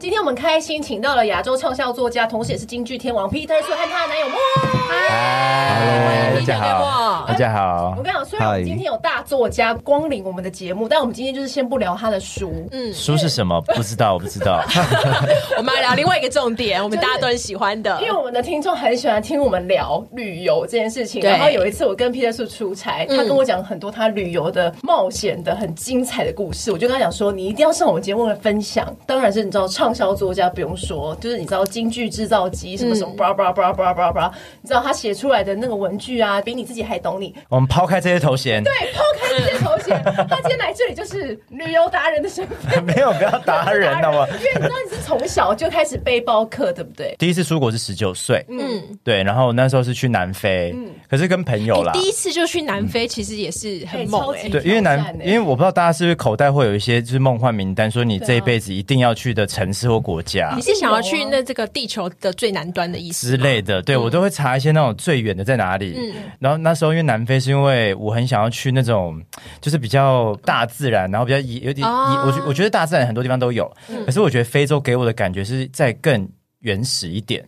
今天我们开心请到了亚洲畅销作家，同时也是京剧天王 Peter Su 和他的男友莫。嗨 Hello，大家好，大家好我跟。你讲，虽然我们今天有大作家光临我们的节目，但我们今天就是先不聊他的书。嗯，书是什么？不知道，我不知 道。我们来聊另外一个重点，我们大家都很喜欢 的因。为我们的听众很喜欢听我们聊旅游这件事情。对然后有一次我跟 Peter 叔出差，他嗯跟我讲很多他旅游的冒险的很精彩的故事，我就跟他讲说，你一定要上我们节目来分享。当然是你知道畅销作家不用说，就是你知道京剧制造机嗯什么什么，bra bra bra bra bra bra，你知道他写出来的那个文具啊，比你自己还懂 你。我们抛开这些头衔，对，抛开这些头衔，他今天来这里就是旅游达人的 身份。没有不要打人好不好？因为你知道你是从小就开始背包客，对不对？第一次出国是十九岁，嗯，对，然后那时候是去南非，嗯可是跟朋友啦你。哎第一次就去南非，其实也是很猛哎超哎、级对，因为南挑战，欸因为我不知道大家是不是口袋会有一些就是梦幻名单，说你这啊一辈子一定要去的城市或国家你是想要去那这个地球的最南端的意思之类的。对我都会查一些那种最远的在哪里。然后那时候因为南非是因为我很想要去那种就是比较大自然，然后比较野有点野，哦我觉我觉得大自然很多地方都有，可是我觉得非洲给我的感觉是在更原始一点，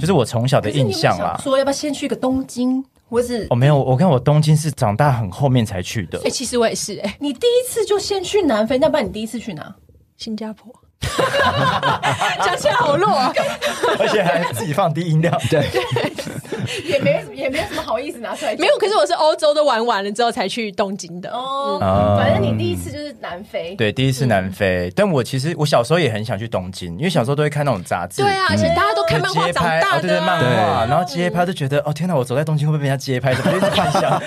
就是我从小的可是你印有没有象啦想。说要不要先去个东京，或是哦，没有，我看我东京是长大很后面才去的哎、。其实我也是哎、你第一次就先去南非，那不然你第一次去哪？新加 坡。讲起来好弱啊，而且还自己放低音量。对，也没 也没有什么好意思拿出来讲，没有。可是我是欧洲都玩完了之后才去东京的。哦，嗯反正你第一次就是南非，对，第一次南非，但我其实我小时候也很想去东京，因为小时候都会看那种杂志。对啊，而且大家都看漫画街长拍，大哦对对，的、漫啊。画，然后街拍就觉得，哦天哪，我走在东京会不会被人家街拍？怎么一直幻想？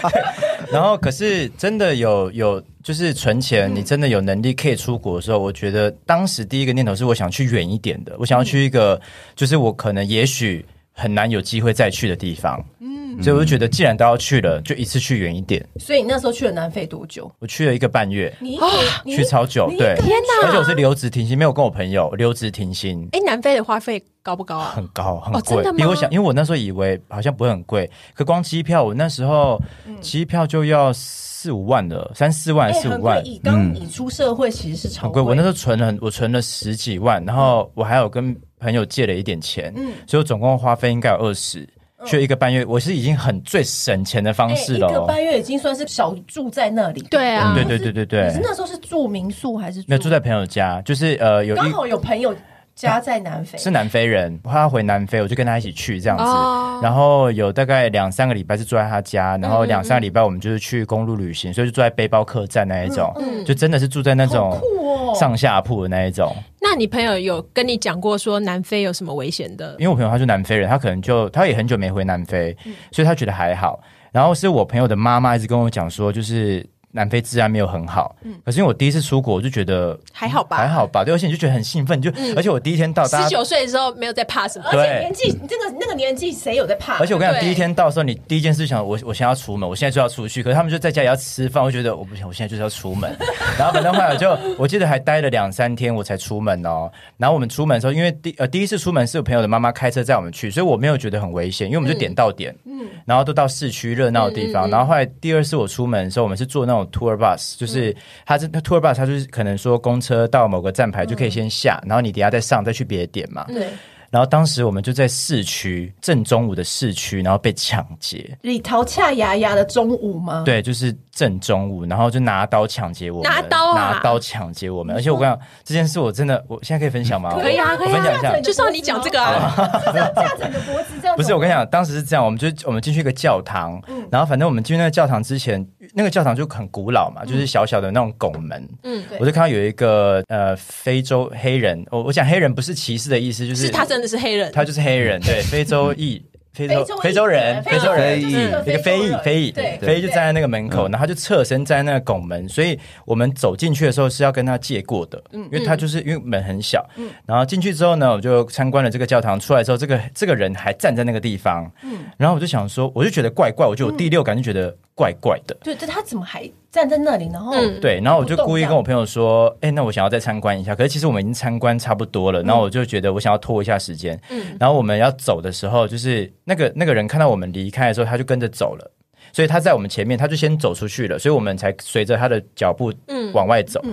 然后可是真的有有，就是存钱，你真的有能力可以出国的时候，我觉得当时第一个念头是我想去远一点的，我想要去一个，就是我可能也许很难有机会再去的地方。嗯，所以我就觉得，既然都要去了，就一次去远一点。所以你那时候去了南非多久？我去了一个半月，你你啊去超久，你对，天哪而且我是留职停薪，没有跟我朋友留职停薪。哎、南非的花费高不高啊？很高，很哦贵，真的吗比我想，因为我那时候以为好像不会很贵，可光机票，我那时候机票就要四五万了，三四嗯万、哎四很五贵万，，嗯以刚你出社会其实是超很贵。我那时候候存了很，我存了十几万，然嗯后我还有跟朋友借了一点钱，所以我总共花费应该有二十，去一个半月，我是已经很最省钱的方嗯式哎一了个哦。嗯半月已经算是小住在那里，对啊对对对对你是对，那时候是住民宿还是没有住在朋友家，就是呃有刚一好有朋友家在南非，是南非人，他回南非，我就跟他一起去这样子。哦嗯然后有大概两三个礼拜是住在他家，然后两三个礼拜我们就是去公路旅行，所以就住在背包客栈那一种，嗯嗯就真的是住在那好种酷哦，上下铺的那一种。那你朋友有跟你讲过说南非有什么危险的？因为我朋友他是南非人，他可能就他也很久没回南非，嗯所以他觉得还好。然后是我朋友的妈妈一直跟我讲说，就是南非治安没有很好。可是因为我第一次出国，我就觉得嗯嗯还好吧嗯还好吧。对，而且你就觉得很兴奋，就、而且我第一天到，大十家九岁的时候没有在怕什么而，对啊且年纪这个那个年纪谁有在怕？而且我跟你讲，对第一天到的时候，你第一件事想我我先要出门，我现在就要出去。可是他们就在家里要吃饭，我就觉得我不行，我现在就是要出门。然后反正后来我就，我记得还待了两三天，我才出门哦。然后我们出门的时候，因为第呃第一次出门是我朋友的妈妈开车载我们去，所以我没有觉得很危险，因为我们就点到点，嗯，然后都到市区热闹的地方。然后后来第二次我出门的时候，我们是坐那种 tour bus，就是它是它 tour bus，它就是可能说公车到某个站牌就可以先下，然后你等一下再上再去别的点嘛。对，然后当时我们就在市区正中午的市区，然后被抢劫。李桃恰牙牙的中午吗？对，就是正中午，然后就拿刀抢劫我们，嗯拿刀啊嗯拿刀抢劫我们。而且我跟你讲，这件事我真的，我现在可以分享吗？可以啊，我可以分享一啊，下。就是要你讲这个啊，架着你的脖子这样走。不是，我跟你讲，当时是这样，我们就我们进去一个教堂，嗯然后反正我们进去那个教堂之前，那个教堂就很古老嗯嘛，就是小小的那种拱门。嗯，我就看到有一个呃非洲黑人，我我讲黑人不是歧视的意思，就是是他真的是黑人，他就是黑人，对，非洲裔，非洲裔非洲人，非洲人非洲就嗯是一个非裔，非裔，对，非裔就站在那个门口，然后他就侧身站在那个拱门，所以我们走进去的时候是要跟他借过的，因为他就是因为门很小，然后进去之后呢，我就参观了这个教堂，出来之嗯后，这个这个人还站在那个地方，然后我就想说，我就觉得怪怪，我就有第六感，就觉得怪怪的。对，但他怎么还站在那里？然后，嗯对，然后我就不动故意这样跟我朋友说，哎、那我想要再参观一下。可是其实我们已经参观差不多了，嗯然后我就觉得我想要拖一下时间。然后我们要走的时候，就是那个那个人看到我们离开的时候，他就跟着走了。所以他在我们前面，他就先走出去了，所以我们才随着他的脚步嗯往外走。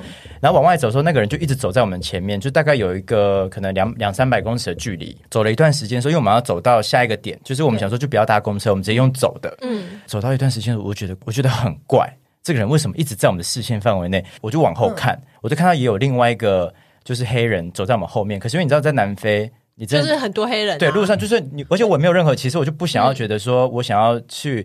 然后往外走的时候，那个人就一直走在我们前面，就大概有一个可能两两三百公尺的距离。走了一段时间，所以我们要走到下一个点，就是我们想说就不要搭公车，我们直接用走的。嗯，走到一段时间，我觉得我觉得很怪，这个人为什么一直在我们的视线范围内？我就往后看，我就看到也有另外一个就是黑人走在我们后面。可是因为你知道，在南非，你真就的、是很多黑人啊对路上就是你，而且我没有任何歧视，我就不想要觉得说我想要去。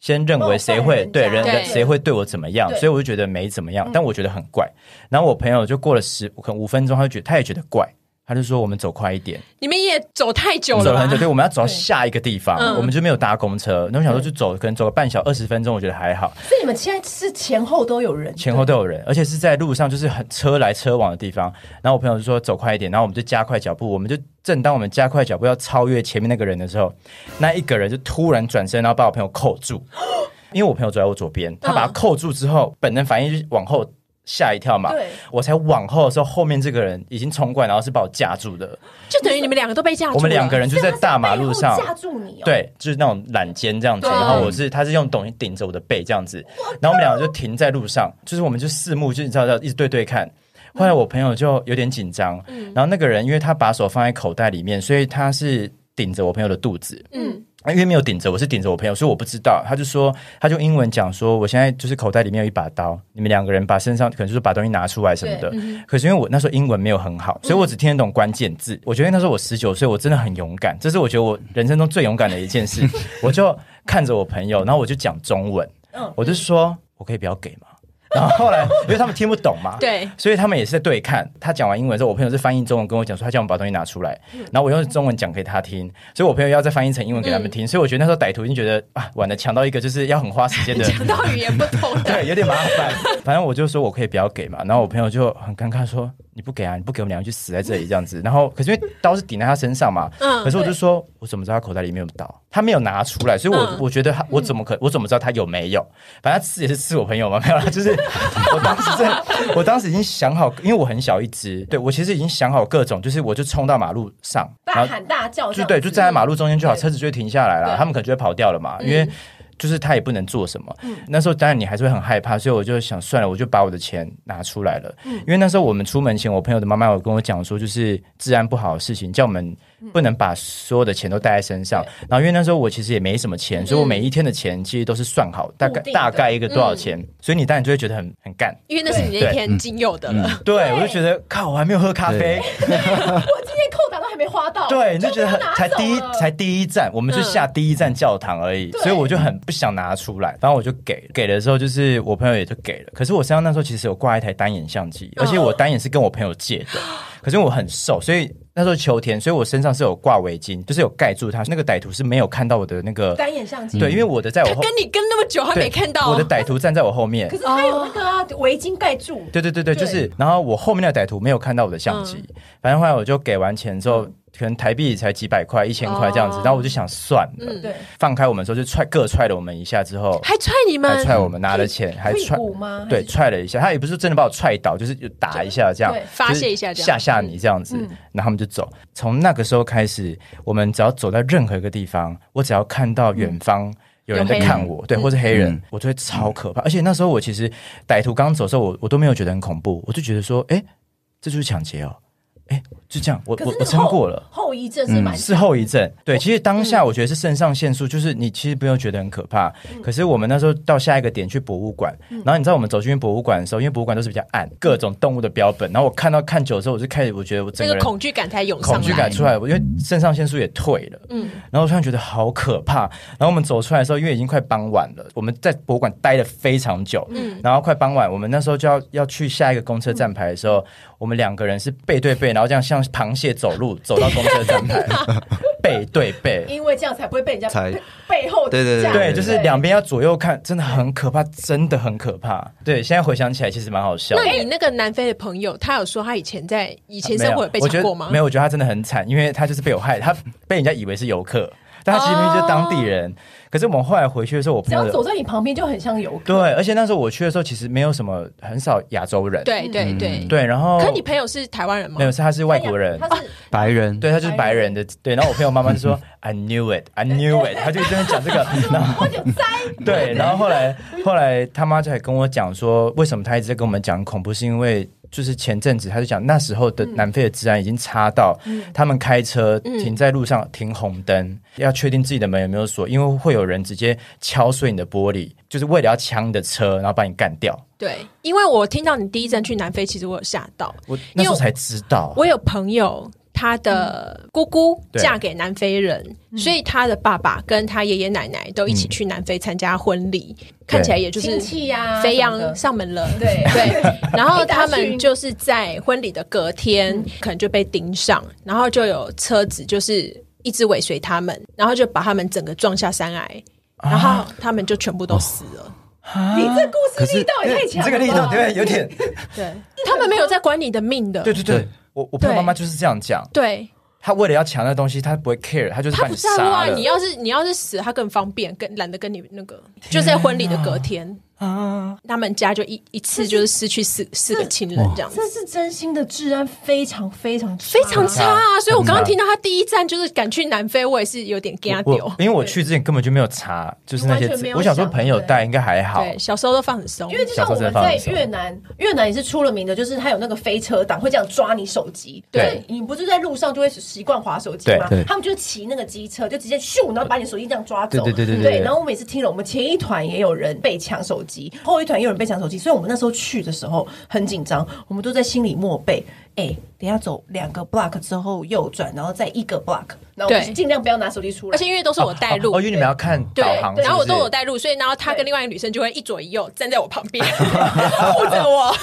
先认为谁会冒犯人家对人对人谁会对我怎么样，对所以我就觉得没怎么样，但我觉得很怪。然后我朋友就过了十可能五分钟，他就觉得他也觉得怪，他就说我们走快一点，你们也走太久我们了走了吧很久，对，我们要走到下一个地方，嗯我们就没有搭公车。那我想说，就走，可能走个半小二十分钟，我觉得还好。所以你们现在是前后都有人，前后都有人，而且是在路上，就是很车来车往的地方。然后我朋友就说走快一点，然后我们就加快脚步。我们就正当我们加快脚步要超越前面那个人的时候，那一个人就突然转身，然后把我朋友扣 住。因为我朋友走在我左嗯边，他把他扣住之后，本能反应就是往后吓一跳嘛。对我才往后的时候，后面这个人已经冲过来，然后是把我架住的。就等于你们两个都被架住了。我们两个人就在大马路上所以他是背后架住你哦，，对，就是那种揽肩这样子，对然后我是他是用东西顶着我的背这样子，然后我们两个就停在路上，就是我们就四目就你知道一直对对看。后来我朋友就有点紧张，然后那个人因为他把手放在口袋里面，所以他是顶着我朋友的肚子，嗯，因为没有顶着，我是顶着我朋友，所以我不知道。他就说，他就英文讲说，我现在就是口袋里面有一把刀，你们两个人把身上可能就是把东西拿出来什么的。可是因为我那时候英文没有很好，所以我只听得懂关键字。我觉得那时候我十九岁，我真的很勇敢，这是我觉得我人生中最勇敢的一件事。我就看着我朋友，然后我就讲中文，嗯我就说，我可以不要给吗？然后后来，因为他们听不懂 嘛，对，，所以他们也是在对看。他讲完英文之后，我朋友是翻译中文跟我讲说，他叫我们把东西拿出来，然后我用中文讲给他听，所以我朋友要再翻译成英文给他们听。所以我觉得那时候歹徒已经觉得啊，玩的抢到一个就是要很花时间的讲到语言不通的， 对，有点麻烦。反正我就说我可以不要给嘛，然后我朋友就很尴尬说你不给啊，你不给我们两个就死在这里这样子。然后可是因为刀是顶在他身上嘛，嗯可是我就说我怎么知道他口袋里面有刀？他没有拿出来，所以我、嗯我觉得他我怎么可我怎么知道他有没有？反正他吃也是吃我朋友嘛，没有啦， 就是我当时在我当时已经想好，因为我很小一只，对我其实已经想好各种，就是我就冲到马路上，然大后喊大叫这就样，对，就站在马路中间就好，哦对车子就会停下来了，对嗯他们可能就会跑掉了嘛，因为。就是他也不能做什么，那时候当然你还是会很害怕，所以我就想算了，我就把我的钱拿出来了。嗯因为那时候我们出门前，我朋友的妈妈有跟我讲说，就是治安不好的事情，叫我们嗯不能把所有的钱都带在身上。然后因为那时候我其实也没什么钱，所以我每一天的钱其实都是算好，大概嗯固定的嗯大概一个多少钱，所以你当然就会觉得很很干。 因为那是你那天仅有的了。对，我就觉得靠，我还没有喝咖啡对，我今天扣打都还没花到，对，你就觉得很被他拿才走第一了才第一站，我们就下第一站教堂而已，对所以我就很不想拿出来，然后我就给了给的时候，就是我朋友也就给了，可是我身上那时候其实有挂一台单眼相机，而且我单眼是跟我朋友借的，可是我很瘦，所以。那时候秋天，所以我身上是有挂围巾，就是有盖住它。那个歹徒是没有看到我的那个，单眼相机，对，因为我的在我他后，跟你跟那么久，他对没看到我的歹徒站在我后面可，是他有那个啊围巾盖住，对对对对，对就是。然后我后面的歹徒没有看到我的相机，嗯反正后来我就给完钱之后，可能台币才几百块、一千块这样子，哦然后我就想算了，嗯对，放开我们的时候就踹各踹了我们一下之后，还踹你还们，踹我们拿了钱，还屁踹股吗？对踹了一下，他也不是真的把我踹倒，就是有打一下这样对，发泄一下这就是样吓吓你这样子，然后他们就走。从那个时候开始，我们只要走到任何一个地方，我只要看到远方。有人在看我，对，或是黑人嗯，我就会超可怕。而且那时候我其实歹徒刚走的时候，我我都没有觉得很恐怖，我就觉得说，哎，这就是抢劫哦，哎，就这样，我可是我那我个撑后过了。后遗症是蛮是嗯后遗症。对，其哦实当嗯下我觉得是肾上腺素，就是你其实不用觉得很可怕。可是我们那时候到下一个点去博物馆，嗯然后你知道我们走进博物馆的时候，因为博物馆都是比较暗，各种动物的标本，然后我看到看久的时候，我就开始我觉得我整那个个人。恐惧感才涌上来。恐惧感出来，我因为肾上腺素也退了，嗯，然后我突然觉得好可怕。然后我们走出来的时候，因为已经快傍晚了，我们在博物馆待了非常久，嗯，然后快傍晚，我们那时候就要要去下一个公车站牌的时候，我们两个人是背对背，然后这样像螃蟹走路走到公车站 牌，背对背，因为这样才不会被人家才背背后对对对架对，就是两边要左右看，真的很可怕，真的很可怕。对，现在回想起来其实蛮好笑的。那你那个南非的朋友，他有说他以前在以前生活有被没有我抢觉过得吗？没有，我觉得他真的很惨，因为他就是被我害，他被人家以为是游客。他其实明明就是当地哦人。可是我们后来回去的时候，我只朋要友走在你旁边就很像游客。哎对，而且那时候我去的时候，其实没有什么很少亚洲人，对对对。嗯对，然后可是你朋友是台湾人吗没？有是他是外国人，他是白人，对他就是白白人的，对。然后我朋友妈妈就 说 I knew it, I knew it，他就一直在讲这个，然后我就在对，然后后来后来他妈就还跟我讲说，为什么他一直在跟我们讲恐怖，是因为就是前阵子他就讲那时候的嗯南非的治安已经差到、他们开车停在路上停红灯，要确定自己的门有没有锁，因为会有人直接敲碎你的玻璃，就是为了要抢你的车，然后把你干掉。对，因为我听到你第一站去南非，其实我有吓到。我那时候才知道，我有朋友，她嗯的姑姑对嫁给南非人，所以她的爸爸跟她爷爷奶奶都一起去南非参加婚礼，看起来也就是亲戚呀，飞什 么扬的上门了。对对，啊然后他一大群们就是在婚礼的隔嗯天，可能就被盯上，然后就有车子就是一直尾随他们，然后就把他们整个撞下山崖，然后他们就全部都死了。哦你这故事力道也太强了吧，这个力道对 有点，对，他们没有在管你的命的。对对对对，我我朋友对妈妈就是这样讲，对她为了要抢那东西，她不会 care，她就是他把不你在乎杀啊！了你要是你要是死，他更方便，更懒得跟你那个，就在婚礼的隔天，啊，他们家就一一次就是失去四四个亲人这样子这。是真心的治安非常非常非非常差啊！所以我刚刚很差听到他第一站就是赶去南非，我也是有点惊我啊丢。因为我去之前根本就没有查，就是那些完全字没，有我想说想朋友带应该还好，对，小时候都放很松，因为就像我们在越南，越南也是出了名的，就是它有那个飞车党会这样抓你手机。对就是你不是在路上就会习惯滑手机吗？对对他们就骑那个机车，就直接咻，然后把你手机这样抓走。对对对对对对然后我每次听了，我们前一团也有人被抢手机，后一团也有人被抢手机，所以我们那时候去的时候很紧张，我们都在心里默背：哎、等一下走两个 block 之后右转，然后再一个 block，然后我们对尽量不要拿手机出来。而且因为都是我带路哦，因为你们要看对啊导航，对，然后我是不都是有带路，所以然后他跟另外一个女生就会一左一右站在我旁 边护着我。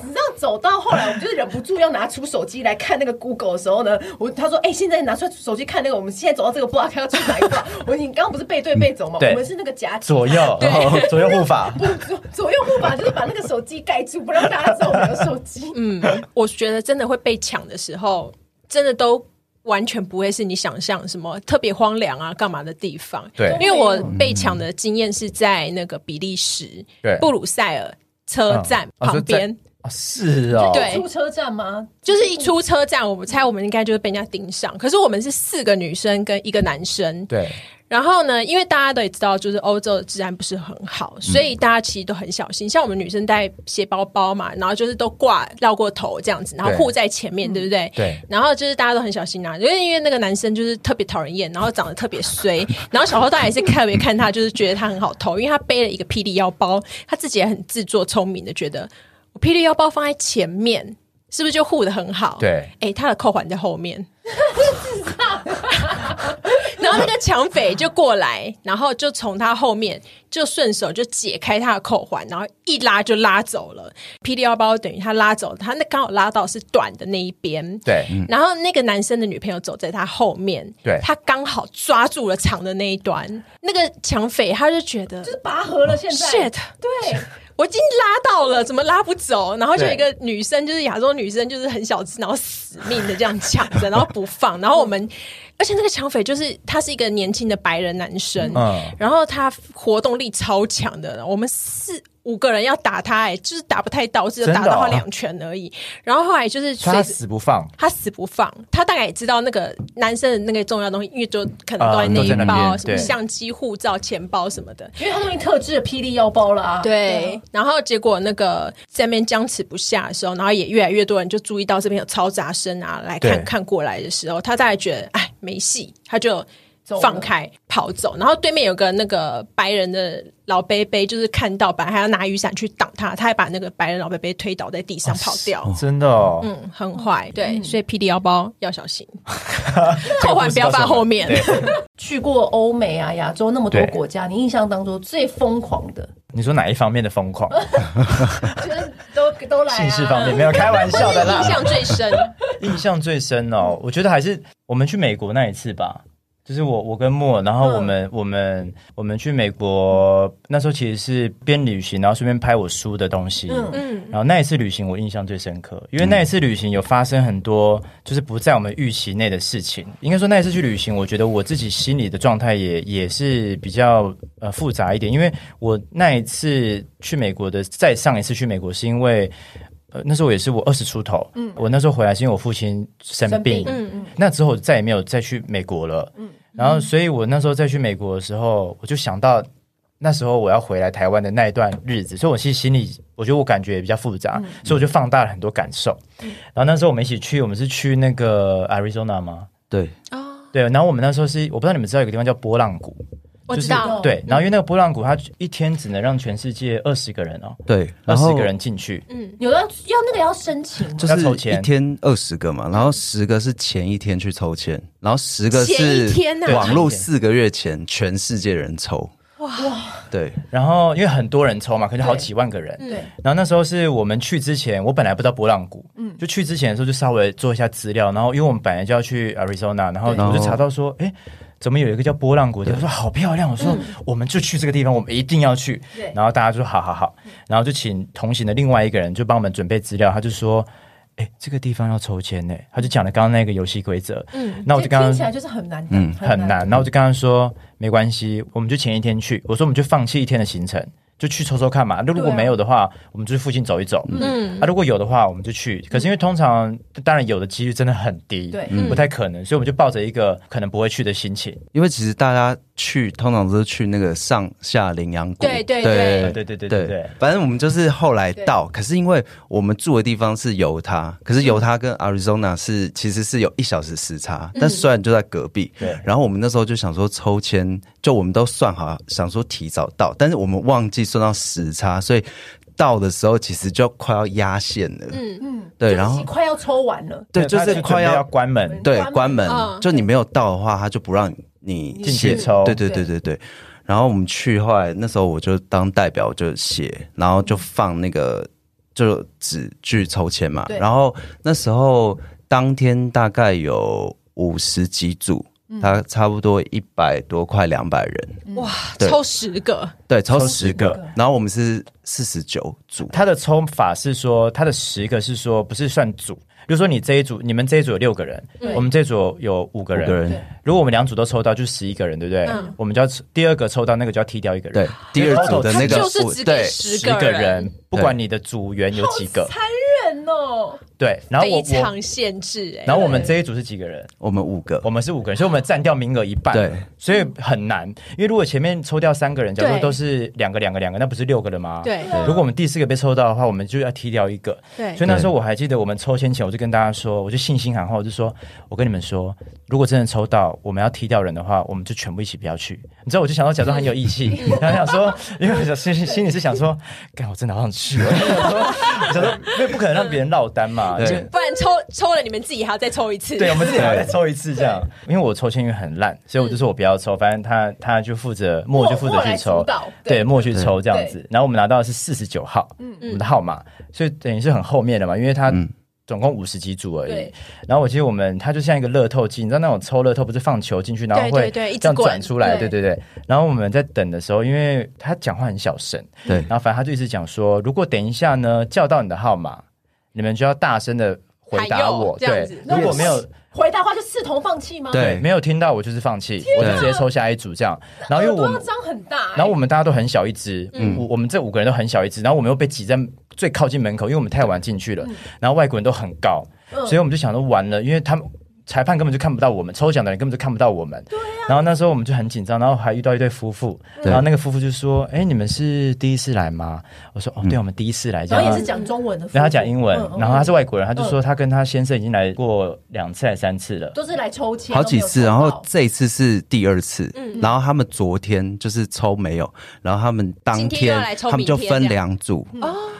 你知道走到后来，我们就是忍不住要拿出手机来看那个 Google 的时候呢，我他说：“哎、现在拿出手机看那个，我们现在走到这个 block 要去哪一个 block？” 我说你刚刚不是背对背走吗？对我们是那个夹击左 右，然后左右护法，不左左右护法，就是把那个手机盖住，不让大家知道我们有手机。嗯，我觉得真的会被抢的时候，真的都完全不会是你想象什么特别荒凉啊、干嘛的地方。对因为我被抢的经验是在那个比利时对布鲁塞尔车站嗯哦旁边，哦是哦，对出车站吗？就是一出车站，我们猜我们应该就是被人家盯上。可是我们是四个女生跟一个男生，对然后呢，因为大家都也知道，就是欧洲的治安不是很好，所以大家其实都很小心。像我们女生带斜包包嘛，然后就是都挂绕过头这样子，然后对嗯护在前面，对不对？对然后就是大家都很小心啊，因为因为那个男生就是特别讨人厌，然后长得特别 衰，然后小时候大家也是特别看他，就是觉得他很好偷，因为他背了一个霹雳腰包，他自己也很自作聪明的觉得我霹雳腰包放在前面。是不是就护的很好？对哎、他的扣环在后面， 然后那个抢匪就过来，然后就从他后面就顺手就解开他的扣环，然后一拉就拉走了。霹雳腰包等于他拉走，他那刚好拉到是短的那一边。对然后那个男生的女朋友走在他后面，对他刚好抓住了长的那一端。那个抢匪他就觉得就是拔河了，现在 Oh, shit，对，我已经拉到了，怎么拉不走？然后就对有一个女生，就是亚洲女生，就是很小只，然后死命的这样抢着，然后不放。然后我 们，而且那个抢匪就是他是一个年轻的白人男生，嗯然后他活动力超强的，我们四。五个人要打他、哎，就是打不太到，只有真的打到他哦两拳而已。然后后来就是所随以他着死不放，他死不放，他大概也知道那个男生的那个重要东西，因为就可能都在啊那都在那一包，边什么对相机、护照、钱包什么的。因为他都已经特制的霹雳腰包了啊。对，然后结果那个在那边僵持不下的时候，然后也越来越多人就注意到这边有嘈杂声啊，来看对看过来的时候，他大概觉得哎没戏，他就走了放开跑走。然后对面有个那个白人的老伯伯，就是看到本来还要拿雨伞去挡他，他还把那个白人老伯伯推倒在地上跑掉。真的哦，嗯，很坏，对，所以霹雳腰包要小心，这个扣故环事不要叫什放么后面。对去过欧美啊、亚洲那么多对国家，你印象当中最疯狂的，你说哪一方面的 疯狂？啊就是都都来啊姓氏方面没有开玩或笑是的印啦。象最深，印象最深哦，我觉得还是我们去美国那一次吧，就是我我跟莫，然后我们、我们我们去美国那时候其实是边旅行，然后顺便拍我书的东西。嗯嗯然后那一次旅行我印象最深刻，因为那一次旅行有发生很多就是不在我们预期内的事情。应该说那一次去旅行，我觉得我自己心里的状态也也是比较呃复杂一点，因为我那一次去美国的，再上一次去美国是因为。呃，那时候我也是我二十出头，我那时候回来是因为我父亲生生病，病嗯嗯，那之后我再也没有再去美国了。然后所以我那时候再去美国的时候，我就想到那时候我要回来台湾的那一段日子，所以我其实心里我觉得我感觉也比较复杂，所以我就放大了很多感受。然后那时候我们一起去，我们是去那个 Arizona 吗？对，哦，对，然后我们那时候是我不知道你们知道有个地方叫波浪谷，我就是知道，对，然后因为那个波浪谷它一天只能让全世界二十个人哦，对，二然十后个人进去，有的要要那个要申请吗，就要抽是签一天二十个嘛，然后十个是前一天去抽签，然后十个前是一天呐啊网络四个月前全世界人抽，哇，对，然后因为很多人抽嘛，可能好几万个人，对，然后那时候是我们去之前，我本来不知道波浪谷，嗯，就去之前的时候就稍微做一下资料，然后因为我们本来就要去呃 Arizona，然后对我就查到说，哎。怎么有一个叫波浪谷的地方？我说好漂亮！我说我们就去这个地方，我们一定要去对。然后大家就说好好好，然后就请同行的另外一个人就帮我们准备资料。他就说：“哎，这个地方要抽签呢。”他就讲了刚刚那个游戏规则。嗯，那我就刚听刚起来就是很难，嗯很难。然后我就跟他说没关系，我们就前一天去，我说我们就放弃一天的行程，就去抽抽看嘛。那如果对啊没有的话，我们就去附近走一走。嗯啊，如果有的话，我们就去。可是因为通常，当然有的几率真的很低，对不太可能，所以我们就抱着一个可能不会去的心情。因为其实大家去通常都是去那个上下羚羊谷，对对对对对对对对对对，反正我们就是后来到，可是因为我们住的地方是犹嗯他，可是犹他跟 Arizona 是其实是有一小时时差，但虽然就在隔壁。对然后我们那时候就想说抽签，就我们都算好，想说提早到，但是我们忘记算到时差，所以到的时候其实就快要压线了。嗯嗯，对，就是然后快要抽完了，对，就他是准备快要要关门，对关关门门嗯，就你没有到的话，他就不让你进去抽对对对对对。然后我们去，后来那时候我就当代表我就写，然后就放那个就纸去抽签嘛。对然后那时候当天大概有五十几组，他差不多一百多快两百人，哇，对抽十个，对，抽抽十10个个。然后我们是四十九组，他的抽法是说，他的十个是说不是算组，比如说你这一组，你们这一组有六个人，我们这一组有五个五人，个人对。如果我们两组都抽到，就十一个人，对不对？嗯我们就要第二个抽到那个就要踢掉一个人，对，第二组的那他个就是只给对十十个个人人，，不管你的组员有几个，残忍哦，对。然后我非我，常限制哎、然后我们这一组是几个人？我们五个我，们是五个人，所以我们占掉名额一半，对，所以很难。因为如果前面抽掉三个人，假如说对都是两个两个两个，那不是六个了吗？。对对啊如果我们第四个被抽到的话，我们就要踢掉一个。对所以那时候我还记得，我们抽签前我就跟大家说，我就信心喊话，我就说，我跟你们说，如果真的抽到我们要踢掉人的话，我们就全部一起不要去。你知道，我就想到假装很有义 气，然后想说，因为我想心心里是想说，干，我真的好想去哦，我想说， 我想说，因为不可能让别人落单嘛，对就不然抽抽了你们自己还要再抽一次，对，我啊们自己还要再抽一次这样。因为我抽签运很烂，所以我就说我不要抽，反正他他就负责莫就负责莫来去主抽导，对对，莫去抽这样子对。然后我们拿到的是四十九号，嗯我们的号码，所以等于是很后面的嘛，因为他。总共五十几组而已对，然后我记得我们它就像一个乐透机，你知道那种抽乐透不是放球进去，然后对会对对一直这样滚转出来，对对对对。然后我们在等的时候，因为他讲话很小声，对然后反正他就一直讲说，如果等一下呢叫到你的号码，你们就要大声的回喊答哟我，这样对子，如果没有回答话就视同放弃吗？对对，没有听到我就是放弃，我就直接抽下一组这样。然后因为我耳朵嗯们要，张很大、欸，然后我们大家都很小一只，我我们这五个人都很小一只，然后我们又被挤在最靠近门口，因为我们太晚进去了，嗯然后外国人都很高，所以我们就想说完了，因为他们。裁判根本就看不到我们，抽奖的人根本就看不到我们。对啊然后那时候我们就很紧张，然后还遇到一对夫妇，对然后那个夫妇就说：“哎，你们是第一次来吗？”我说：“哦，对，我们第一次来。”嗯这然样后啊也是讲中文的，然后他讲英文，然后他是外国人，他就嗯说他跟他先生已经来过两次还是三次了。都是来抽签，好几次，都然没有抽到后这一次是第二次，然后他们昨天就是抽没有，然后他们当今天又要来抽他们就明天分这两组，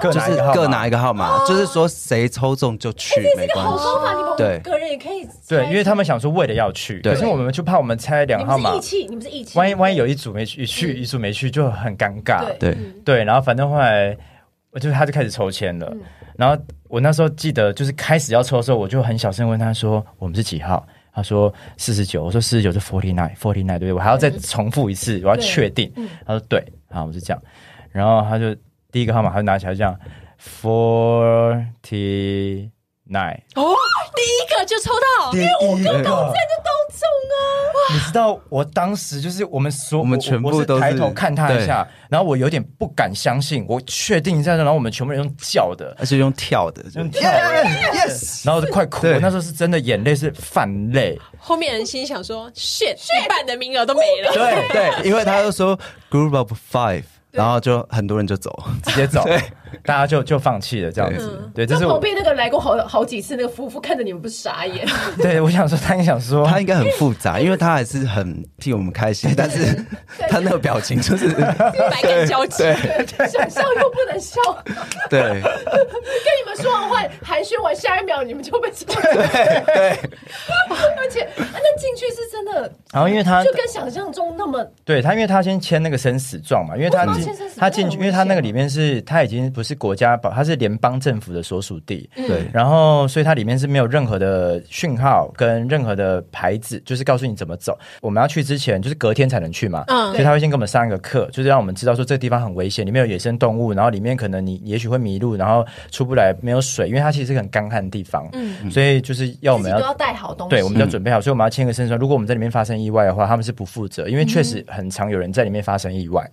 各就拿一是个号码各拿一个号码，就是说谁抽中就去，没关好系。方法，你们对五个人也可以猜对，因为他们想说为了要去，对可是我们就怕我们猜两你个号们码是义，气，你们是义气，万一万一有一组没去，去一组没去就很尴尬。嗯对对，对，然后反正后来我就他就开始抽签了，嗯然后我那时候记得就是开始要抽的时候，我就很小声问他说我们是几号。他说四十九，我说四十九是 forty nine forty nine，对不对？我还要再重复一次，我要嗯对嗯确定。他说对，好，我就这样。然后他就第一个号码，他就拿起来这样 forty nine，哦，第一个就抽到，第一个， 你知道我当时就是我们所我们全部都我是抬头看他一下，然后我有点不敢相信，我确定一下，然后我们全部人用叫的，而且用跳的，就用跳的 yes，然后我就快哭，对我那时候是真的眼泪是泛 泪，后面人心想说，shit，一半的名额都没了。对，对，因为他就说 group of five，然后就很多人就走，直接走，大家就就放弃了这样子，对，这那是旁我边那个来过好好几次那个夫妇看着你们不是傻 眼， 对我想说，他也想说，哦他应该很复杂，因为他还是很替我们开心，但是他那个表情就是百感交集。想笑又不能笑，跟对你们说完话寒暄完，下一秒你们就被抽走。 而且啊那进去是真的，然后因为他就跟想象中那么对他，因为他先签那个生死状嘛，因为他为什么要签进生死状他进去，很因危为他那险个里面是他已经不是国家保，他是联邦政府的所属地，嗯对然后所以它里面是没有任何的讯号跟任何的牌子，就是告诉你怎么走。我们要去之前，就是隔天才能去嘛，嗯所以他会先给我们上一个课，就是让我们知道说这个地方很危险，里面有野生动物，然后里面可能你也许会迷路，然后出不来，没有水，因为它其实是个很干旱的地方，嗯，所以就是要我自己们都要要带好东西。对，我们就要准备好，所以我们要签个申诉。如果我们在里面发生意外的话，他们是不负责，因为确实很常有人在里面发生意外。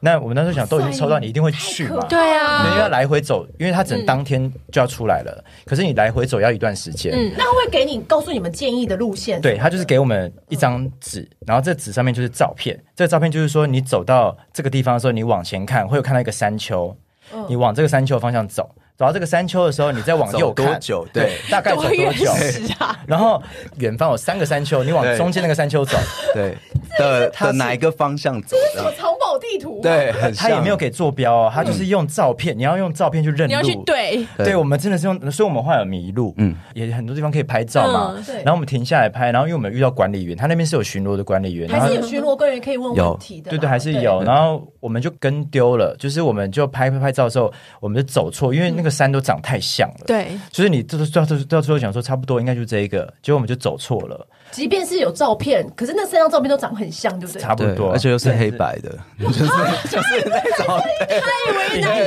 那我们那时候想，都已经抽到，你一定会去太嘛？可怕对啊因为要来回走，因为他只能当天就要出来了，可是你来回走要一段时间。嗯那会给你告诉你们建议的路线。对，他就是给我们一张纸，然后这纸上面就是照片。这个照片就是说，你走到这个地方的时候，你往前看，会有看到一个山丘，嗯你往这个山丘的方向走，走到这个山丘的时候，你再往右走多看，久对大概走多多原久？始啊！然后远方有三个山丘，你往对中间那个山丘走，对的他的是哪一个方向走什么的？藏宝地图？，啊对，很他也像没有给坐标哦，他就是用照片，你要用照片去认路。你要去对，对，对我们真的是用，所以我们后来有迷路，嗯，也很多地方可以拍照嘛。嗯对然后我们停下来拍，然后因为我们有遇到管理员，他那边是有巡逻的管理员，然还后是有巡逻官员可以问有问题的啦。对对，还是有。然后我们就跟丢了，就是我们就拍拍拍照的时候，我们就走错，因为那个山都长太像了。对，就是你就是到到到最后想说差不多应该就这一个，结果我们就走错了，即便是有照片，可是那三张照片都长很像，对不对？差不对，多。啊而且又是黑白的，就是就是那种隐匿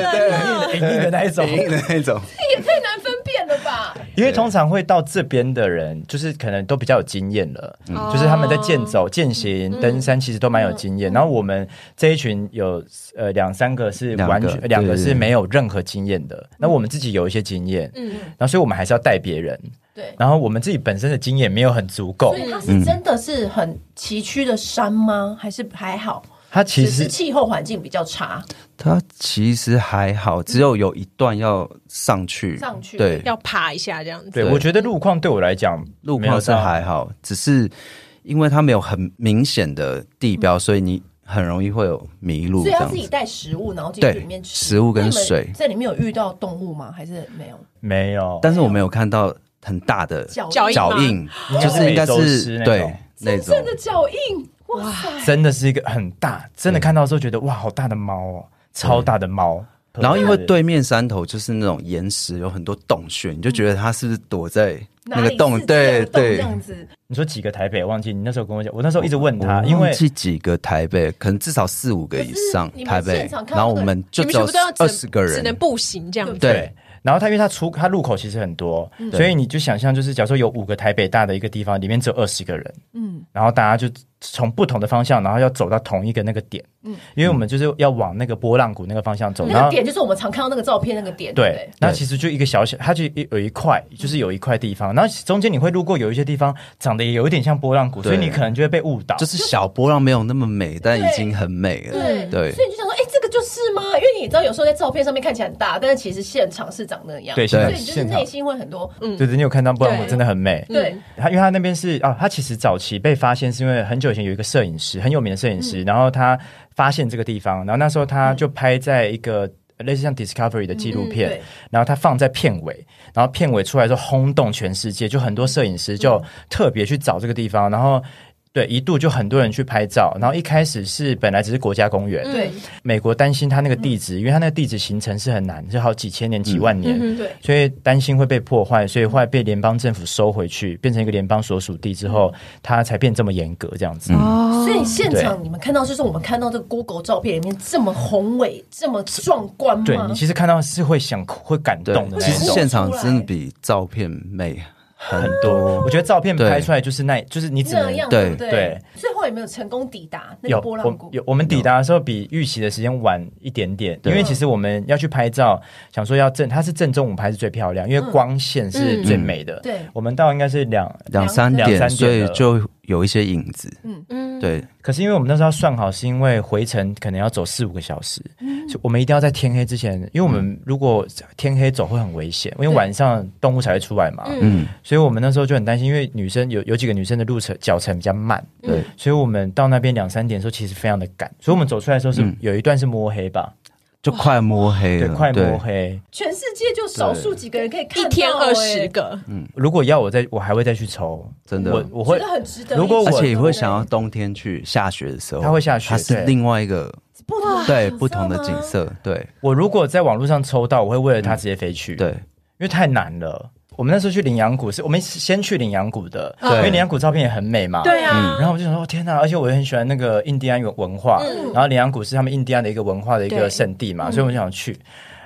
隐匿的那一种，对影的那种，这也太难分辨了吧？因为通常会到这边的人，就是可能都比较有经验了，嗯就是他们在健走、健行、登山，其实都蛮有经验。然后我们这一群有呃两三个是两个完全对两个对对是没有任何经验的，那我们自己有一些经验，嗯，然后所以我们还是要带别人，对。然后我们自己本身的经验没有很足够所，以它嗯是真的是很崎岖的山吗？还是还好？他其只实是气候环境比较差，它其实还好，只有有一段要上去，上去对，要爬一下这样子。对我觉得路况对我来讲路没有况是到还好，只是因为它没有很明显的地标，所以你很容易会有迷嗯所路这以要样自己子。带食物，然后进去对里面吃食物跟那你们水在里面有遇到动物吗？还是没有？没有，但是我没有看到很大的脚印脚印脚印，就是应该应该是美洲狮是那种对那种真的脚印，哇塞！真的是一个很大，真的看到的时候觉得哇，好大的猫哦，超大的猫。然后因为对。对面山头就是那种岩石，有很多洞穴，你就觉得它是不是躲在那个洞？对，对这对。样子你说几个台北？忘记你那时候跟我讲，我那时候一直问他，我因为忘记几个台北，可能至少四五个以上可是你们台北现场，看到然后我们就你们只全有部都要二十个只能人，步行这样子。对，然后他因为他出他路口其实很多，嗯所以你就想象就是，假如说有五个台北大的一个地方，里面只有二十个人，嗯，然后大家就从不同的方向，然后要走到同一个那个点，嗯，因为我们就是要往那个波浪谷那个方向走，然那个后点就是我们常看到那个照片那个点，对不对对，，那其实就一个小小，它就有一块，就是有一块地方，然后中间你会路过有一些地方长得也有一点像波浪谷，所以对你可能就会被误导，就是小波浪没有那么美，但已经很美了。对嗯对所以你就想说，哎、这个就是吗？因为你知道，有时候在照片上面看起来很大，但是其实现场是长那样。对所现以场你就是现场内心会很多，嗯，对对，你有看到波浪谷对真的很美，嗯对，他因为他那边是啊，他其实早期被发现是因为很久以前有一个摄影师，很有名的摄影嗯师，然后他发现这个地方，然后那时候他就拍在一个。类似像 Discovery 的纪录片，嗯嗯对然后他放在片尾，然后片尾出来之后轰动全世界，就很多摄影师就特别去找这个地方，然后对，一度就很多人去拍照，然后一开始是本来只是国家公园，对美国担心它那个地质，因为它那个地质形成是很难，就好几千年、几万年，嗯嗯对，所以担心会被破坏，所以后来被联邦政府收回去，变成一个联邦所属地之后，它才变这么严格这样嗯子。哦所以现场对你们看到就是我们看到这个 Google 照片里面这么宏伟、这么壮观对吗你？其实看到是会想哭会感对动的，那其实一种。现场真的比照片美很多我。觉得照片对拍出来就是那，就是你只那能样对不对？对最后有没有成功抵达那有个我波浪谷？有我们抵达的时候比预期的时间晚一点点，因为其实我们要去拍照，想说要正它是正中午拍是最漂亮，因为光线是最美的。嗯对我们到应该是两，两三两点，三点所以了就有一些影子。嗯，对，可是因为我们那时候要算好，是因为回程可能要走四五个小时，嗯所以我们一定要在天黑之前，因为我们如果天黑走会很危险，因为对晚上动物才会出来嘛。嗯，所以我们那时候就很担心，因为女生有有几个女生的路程脚程比较慢，对，所以我们到那边两三点的时候其实非常的赶，所以我们走出来的时候是、有一段是摸黑吧，就快摸黑对，了，快摸对黑。全世界就少数几个人可以看一到天二十哎个，如果要我再，我还会再去抽，真的我我觉会得很值得。如果我而且也会想要冬天去下雪的时候，它会下雪它是对另外一个不同的景对色不同的景吗，色，对我如果在网络上抽到，我会为了它直接飞去，对，因为太难了。我们那时候去羚羊谷是我们先去羚羊谷的，对因为羚羊谷照片也很美嘛，啊对啊，然后我就想说，天哪！而且我也很喜欢那个印第安文文化，然后羚羊谷是他们印第安的一个文化的一嗯个对嗯圣地嘛，所以我就想去。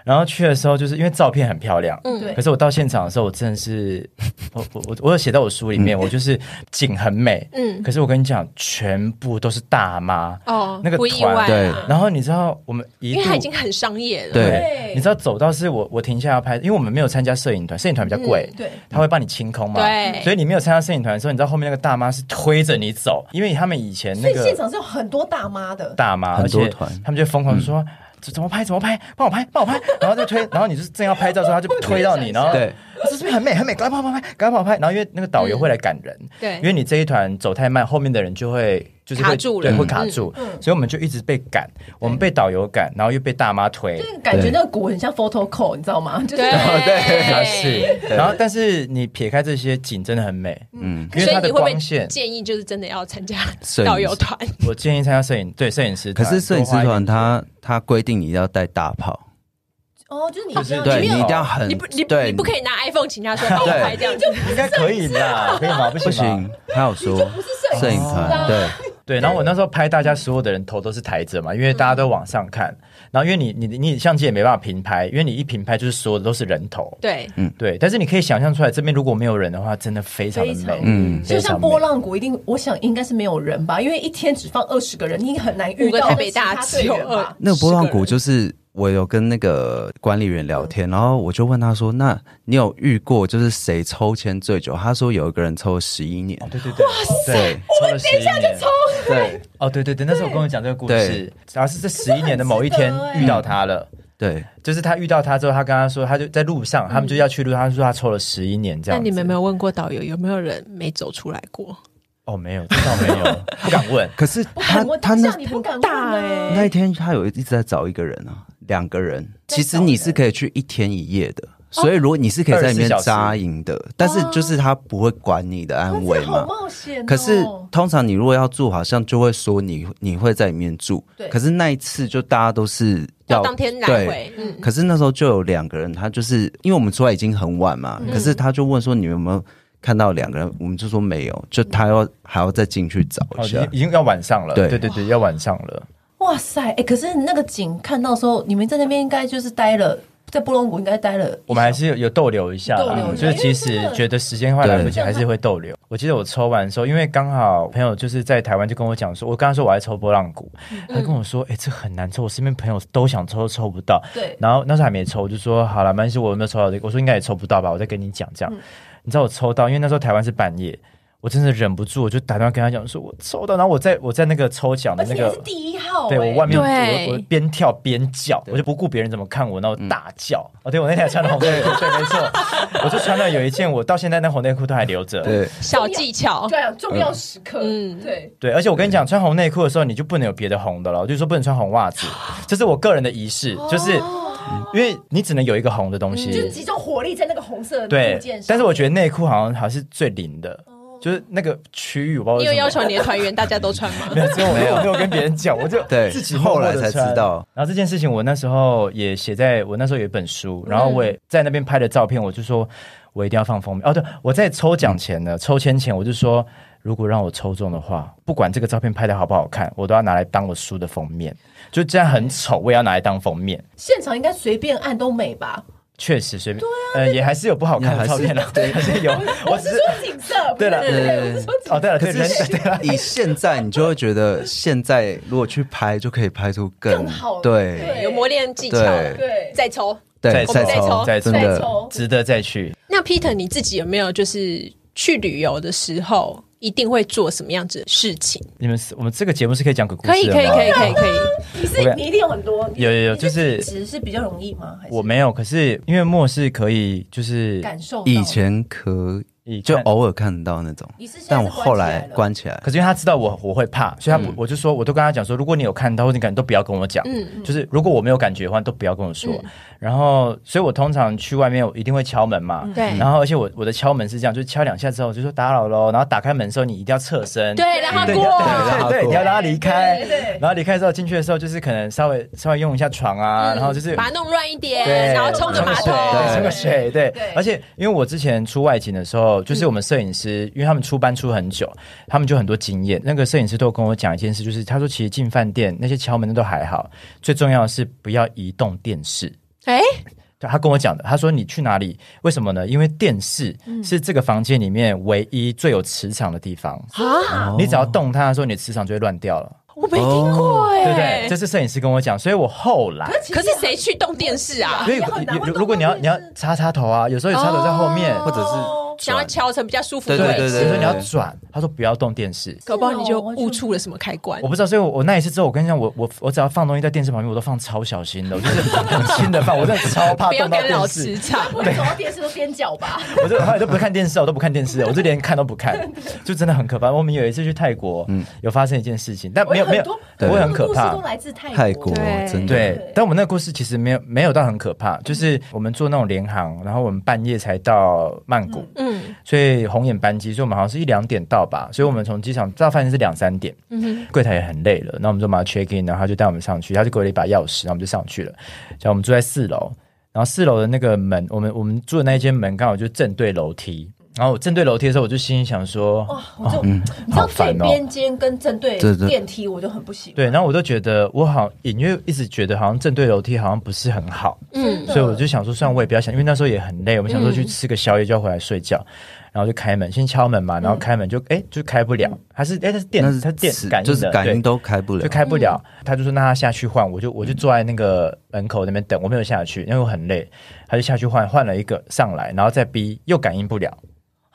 然后去的时候，就是因为照片很漂亮，嗯对可是我到现场的时候，我真的是， 我我我我有写在我书里嗯面，我就是景很美，嗯可是我跟你讲，全部都是大妈，哦，那个不意团外，对然后你知道我们一因为度它已经很商业了，对你知道走到是我我停下要拍，因为我们没有参加摄影团，摄影团比较贵，对他会帮你清空嘛，嗯对所以你没有参加摄影团的时候，你知道后面那个大妈是推着你走，因为他们以前所那以个现场是有很多大妈的，大妈，很多而且团嗯他们就疯狂说。怎怎么拍？怎么拍？帮我拍，帮我拍！然后就推，然后你就是正要拍照的时候，他就推到你，然后啊对，这边很美，很美，赶快跑，拍，赶快跑，拍！然后因为那个导游会来赶嗯人，对因为你这一团走太慢，后面的人就会就是会卡住了对，会嗯卡住，所以我们就一直被赶，我们被导游赶，然后又被大妈推，就是感觉那个鼓很像 photo call，你知道吗？就是对它啊是，然后但是你撇开这些景，真的很美，嗯，因为所以它的你会光不会线，建议就是真的要参加摄影导游团？我建议参加摄影，对摄影师可团，是摄影师多花一点团他他规定你要带大炮，哦，就是你就是这样对你你没一有定要很你不你对你不可以拿 iPhone 请他说帮我拍这样子，应该可以 啦，可以吗？不不行吗行，他有说不是摄影摄影啊团对对，然后我那时候拍大家所有的人头都是抬着嘛，因为大家都往上看，然后因为你你你相机也没办法平拍，因为你一平拍就是所有的都是人头，对，对，但是你可以想象出来，这边如果没有人的话，真的非常的非常美，嗯就非像常波美。浪谷，一定我想应该是没有人吧，因为一天只放二十个人，你很难遇五个到台北大其他队只有员吧二。那个波浪鼓就是我有跟那个管理员聊天，然后我就问他说：“那你有遇过就是谁抽签最久？”他说有一个人抽十一年，对对对，对，我们等一下就抽。对哦，对对对，那时候我跟我讲这个故事对，然后是这十一年的某一天可是很值得欸遇到他了。对，就是他遇到他之后，他跟他说，他就在路上，他们就要去路，他说他抽了十一年这那样子。你们有没有问过导游有没有人没走出来过？哦，没有，这倒没有，不敢问。可是他我他当那下你不敢大问欸啊那一天他有一直在找一个人啊，两个人。其实你是可以去一天一夜的，哦所以如果你是可以在里面扎营的，但是就是他不会管你的安危哦哇这好嘛。冒险哦。可是通常你如果要住，好像就会说你你会在里面住对。可是那一次就大家都是要要哦当天来对回，嗯，可是那时候就有两个人，他就是因为我们出来已经很晚嘛，可是他就问说你们有没有看到两个人？我们就说没有，就他要还要再进去找哦，一已下经。已经要晚上了。啊对对对对，要晚上了。哇塞，哎、可是那个景看到的时候，你们在那边应该就是待了，在波隆谷应该待了一小时，我们还是有有逗留一下逗留啦，嗯一下就是即使觉得时间快来不及，对还是会逗留。我记得我抽完的时候，因为刚好朋友就是在台湾就跟我讲说，我刚刚说我在抽波浪鼓，嗯他跟我说，哎、这很难抽，我身边朋友都想抽都抽不到。对然后那时候还没抽，我就说好了，没关系，我有没有抽到这个？我说应该也抽不到吧，我再跟你讲这样。嗯你知道我抽到，因为那时候台湾是半夜。我真的忍不住，我就打电话跟他讲，说我抽到，然后我在我在那个抽奖的而那且还个是第一号、对哎我外面对我我边跳边叫，我就不顾别人怎么看我，然后嗯大叫。哦，对我那天还穿了红内裤，对，没错，我就穿了有一件，我到现在那红内裤都还留着。对，小技巧，对啊，重要时刻，嗯嗯，对。对，而且我跟你讲，穿红内裤的时候，你就不能有别的红的了，就是说不能穿红袜子，这是我个人的仪式，哦就是因为你只能有一个红的东就是西。集中火力在那个红色的对物件上。，但是我觉得内裤好像还是最灵的，就是那个区域，我不知道为哦你有什么要求你的团员大家都穿吗？没有，只有我没有没有跟别人讲，我就对自己默默地后来才穿知道。然后这件事情，我那时候也写在我那时候有一本书，然后我也在那边拍的照片，我就说我一定要放封面。哦，对，我在抽奖前呢，抽签前我就说，如果让我抽中的话，不管这个照片拍的好不好看，我都要拿来当我书的封面。就这样很丑，我也要拿来当封面。现场应该随便按都美吧？确实随便，呃，也还是有不好看的照片了，对， 还是有。我只是是说景色，对了不是对对对我是说景哦，对了，可对人是对了，以现在你就会觉得，现在如果去拍就可以拍出更更好的对有磨练技巧，对对，再抽。对我们再抽抽再抽真再的抽，值得再去。那 Peter 你自己有没有就是去旅游的时候一定会做什么样子的事情？你们是我们这个节目是可以啊讲鬼故事可以，的可以，吗可以，可以，可以。你是 OK 你一定有很多，有有有，就是只是比较容易吗？还是我没有，可是因为墨是可以，就是感受到以，前可以以就看偶尔看得到那种你是现在但是我后关起来来了关起来可，是因为他知道我我会怕，所以他不、我就说，我都跟他讲说，如果你有看到或者你感觉都不要跟我讲，嗯嗯 就是如果我没有感觉的话，都不要跟我说。然后，所以我通常去外面，我一定会敲门嘛，嗯对然后，而且我我的敲门是这样，就是敲两下之后，我就说打扰喽，然后打开门的时候，你一定要侧身，对，让他对，过你要对让他对对，过你要让他离开对对 对，然后离开之后进去的时候，就是可能稍微稍微用一下床啊，嗯然后就是把它弄乱一点，对，然后冲个马桶。对冲个水水，对对。而且因为我之前出外景的时候，就是我们摄影师，因为他们出班出很久，他们就很多经验。那个摄影师都有跟我讲一件事，就是他说其实进饭店那些敲门的都还好，最重要的是不要移动电视。哎，对他跟我讲的，他说你去哪里？为什么呢？因为电视是这个房间里面唯一最有磁场的地方。啊你只要动它的时候，你的磁场就会乱掉了，我没听过哦对不对哎？？这是摄影师跟我讲，所以我后来可是谁去动电视啊所？以也很难有会如果你要动到你要插插头啊，有时候有插头在后哦面，或者是哦想要转敲成比较舒服的对位对置，对对有时候你要转，他说不要动电视。搞不好你就误触了什么开关我。不知道，所以我我那一次之后，我跟你讲，我我我只要放东西在电视旁边，我都放超小心的，我就是 很轻的放，我真的超怕不要动到干扰电磁视。场。我走到电视都踮脚 吧，我就后 来都不看电视，我都不看电视，我就连看都不看，就真的很可怕。我们有一次去泰国，有发生一件事情，但没有没有，不我会有很多可怕。故事都来自泰泰国对真的对，但我们那个故事其实没有没有到很可怕，就是我们坐那种联航，然后我们半夜才到曼谷， 嗯，所以红眼班机，所以我们好像是一两点到吧，所以我们从机场到饭店是两三点，柜台也很累了，那我们就马上 check in，然后他就带我们上去，他就给我了一把钥匙，然后我们就上去了，然后我们住在四楼，然后四楼的那个门，我们我们住的那一间门刚好就正对楼梯，然后我正对楼梯的时候，我就心里想说，哇，啊我哦就嗯你知道最边间跟正对电梯，我就很不喜欢。对，然后我都觉得我好隐约一直觉得好像正对楼梯好像不是很好，嗯，所以我就想说，算了，我也不要想，因为那时候也很累，我们想说嗯去吃个宵夜就要回来睡觉，然后就开门，先敲门嘛，然后开门就哎、就开不了，还是哎它是电嗯那是它是电磁感应的，就是感对应都开不了嗯就，开不了，他就说那他下去换，我就我就坐在那个门口那边等，我没有下去，因为我很累，他就下去换，换了一个上来，然后再逼又感应不了，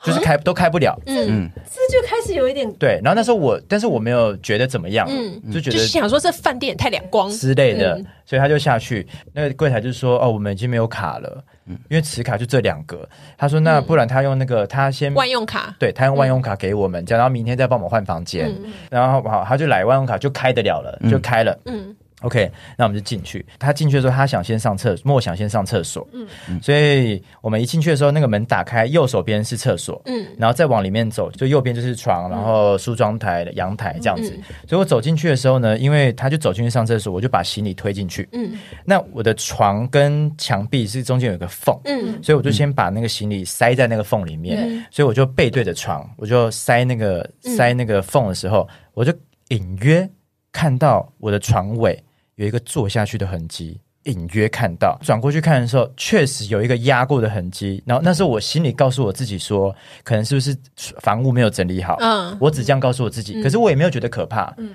就是啊开都开不了，嗯，这就开始有一点对，然后那时候我，但是我没有觉得怎么样，嗯就觉就得是想说这饭店也太两光，嗯之类的，所以他就下去，那个柜台就说：“哦，我们已经没有卡了，因为磁卡就这两个。”他说：“那不然他用那个，他先嗯万用卡。对他用万用卡给我嗯们，这样然后明天再帮我们换房间。然后好，他就来万用卡就开得了了，就开了。嗯 OK，那我们就进去。他进去的时候，他想先上厕，莫想先上厕所。嗯所以我们一进去的时候，那个门打开，右手边是厕所，嗯然后再往里面走，就右边就是床，然后梳妆台、阳台这样子。嗯所以我走进去的时候呢，因为他就走进去上厕所，我就把行李推进去。嗯那我的床跟墙壁是中间有一个缝，嗯，所以我就先把那个行李塞在那个缝里面，所以我就背对着床，我就塞那个嗯塞那个缝的时候，我就隐约看到我的床尾有一个坐下去的痕迹。隐约看到，转过去看的时候，确实有一个压过的痕迹。然后那时候我心里告诉我自己说，可能是不是房屋没有整理好？嗯我只这样告诉我自己。可是我也没有觉得可怕，嗯，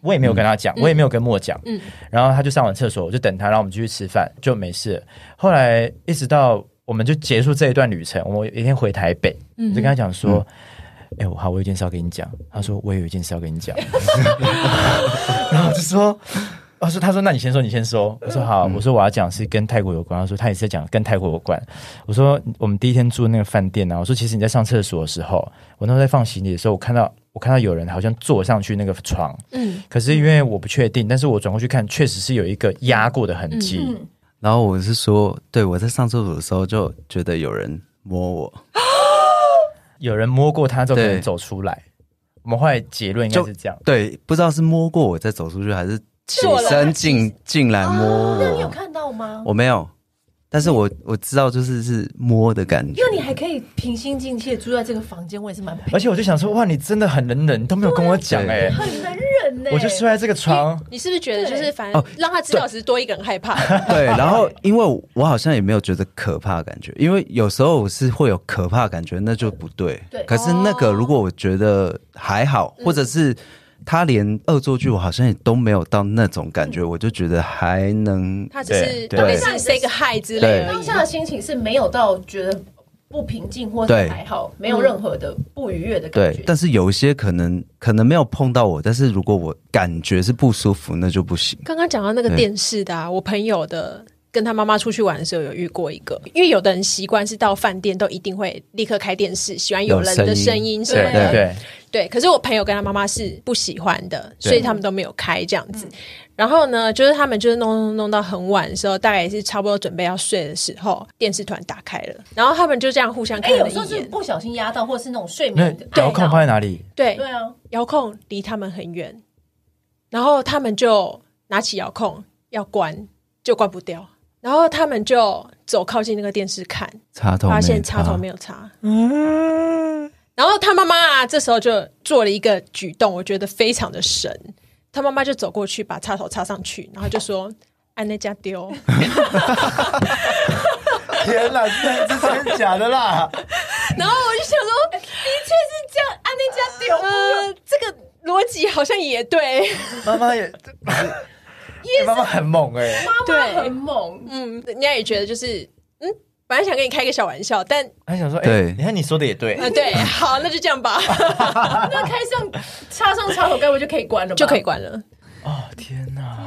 我也没有跟他讲，我也没有跟莫讲，嗯然后他就上完厕所，我就等他，然后我们继续吃饭，就没事了。后来一直到我们就结束这一段旅程，我有一天回台北，我就跟他讲说。哎、我好，我有一件事要跟你讲。他说，我也有一件事要跟你讲。然后我就说，我说，他说，那你先说，你先说。我说好，我说我要讲是跟泰国有关。他说他也是在讲跟泰国有关。我说我们第一天住那个饭店啊，我说其实你在上厕所的时候，我那时候在放行李的时候，我看到我看到有人好像坐上去那个床，嗯，可是因为我不确定，但是我转过去看，确实是有一个压过的痕嗯迹。然后我是说，对我在上厕所的时候就觉得有人摸我，有人摸过他之后可对能走出来。我们后来结论应该是这样，对，不知道是摸过我再走出去，还是起我来身进进来摸哦那你有我。看到吗？我没有，但是我我知道，就是是摸的感觉因。为你还可以平心静气地住在这个房间，我也是蛮佩而且我就想说，哇，你真的很能忍，你都没有跟我讲哎、对很能忍呢、我就睡在这个床，哦你是不是觉得就是反正让他知道只是多一个人害怕？ 对，然后因为我好像也没有觉得可怕的感觉，因为有时候我是会有可怕的感觉，那就不对。对可是那个如果我觉得还好，或者嗯是他连恶作剧，我好像也都没有到那种感觉，我就觉得还能。他只是对对类似 say 个 hi 之类而当已。下的心情是没有到觉得不平静或是对还好，没有任何的不愉悦的嗯感对觉，。但是有一些可能可能没有碰到我，但是如果我感觉是不舒服，那就不行。刚刚讲到那个电视的、啊，我朋友的跟他妈妈出去玩的时候有遇过一个，因为有的人习惯是到饭店都一定会立刻开电视，喜欢有人的有声声音音什么对的。对，对，可是我朋友跟他妈妈是不喜欢的，对所以他们都没有开这样子。然后呢，就是他们就是弄弄弄到很晚的时候，大概也是差不多准备要睡的时候，电视突然打开了，然后他们就这样互相哎、看了有一时候是眼。不小心压到，或是那种睡那眠的遥控放在哪里？对对，啊，遥控离他们很远，然后他们就拿起遥控要关，就关不掉，然后他们就走靠近那个电视看，插头发没现插头没有插，嗯，然后他妈妈啊，这时候就做了一个举动，我觉得非常的神，他妈妈就走过去把插头插上去，然后就说。按那家丢，天哪，这这真的假的啦？然后我就想说，这样按那家丢，呃，这个逻辑好像也对，妈妈 也，哎妈妈很猛哎、妈妈对很猛，嗯，人家也觉得就是，嗯，本来想跟你开个小玩笑，但她想说，哎、对你看你说的也对，啊，对， 好，那就这样吧， 那开上插上插头，该不会就可以关了吧？就可以。关了。哦天哪！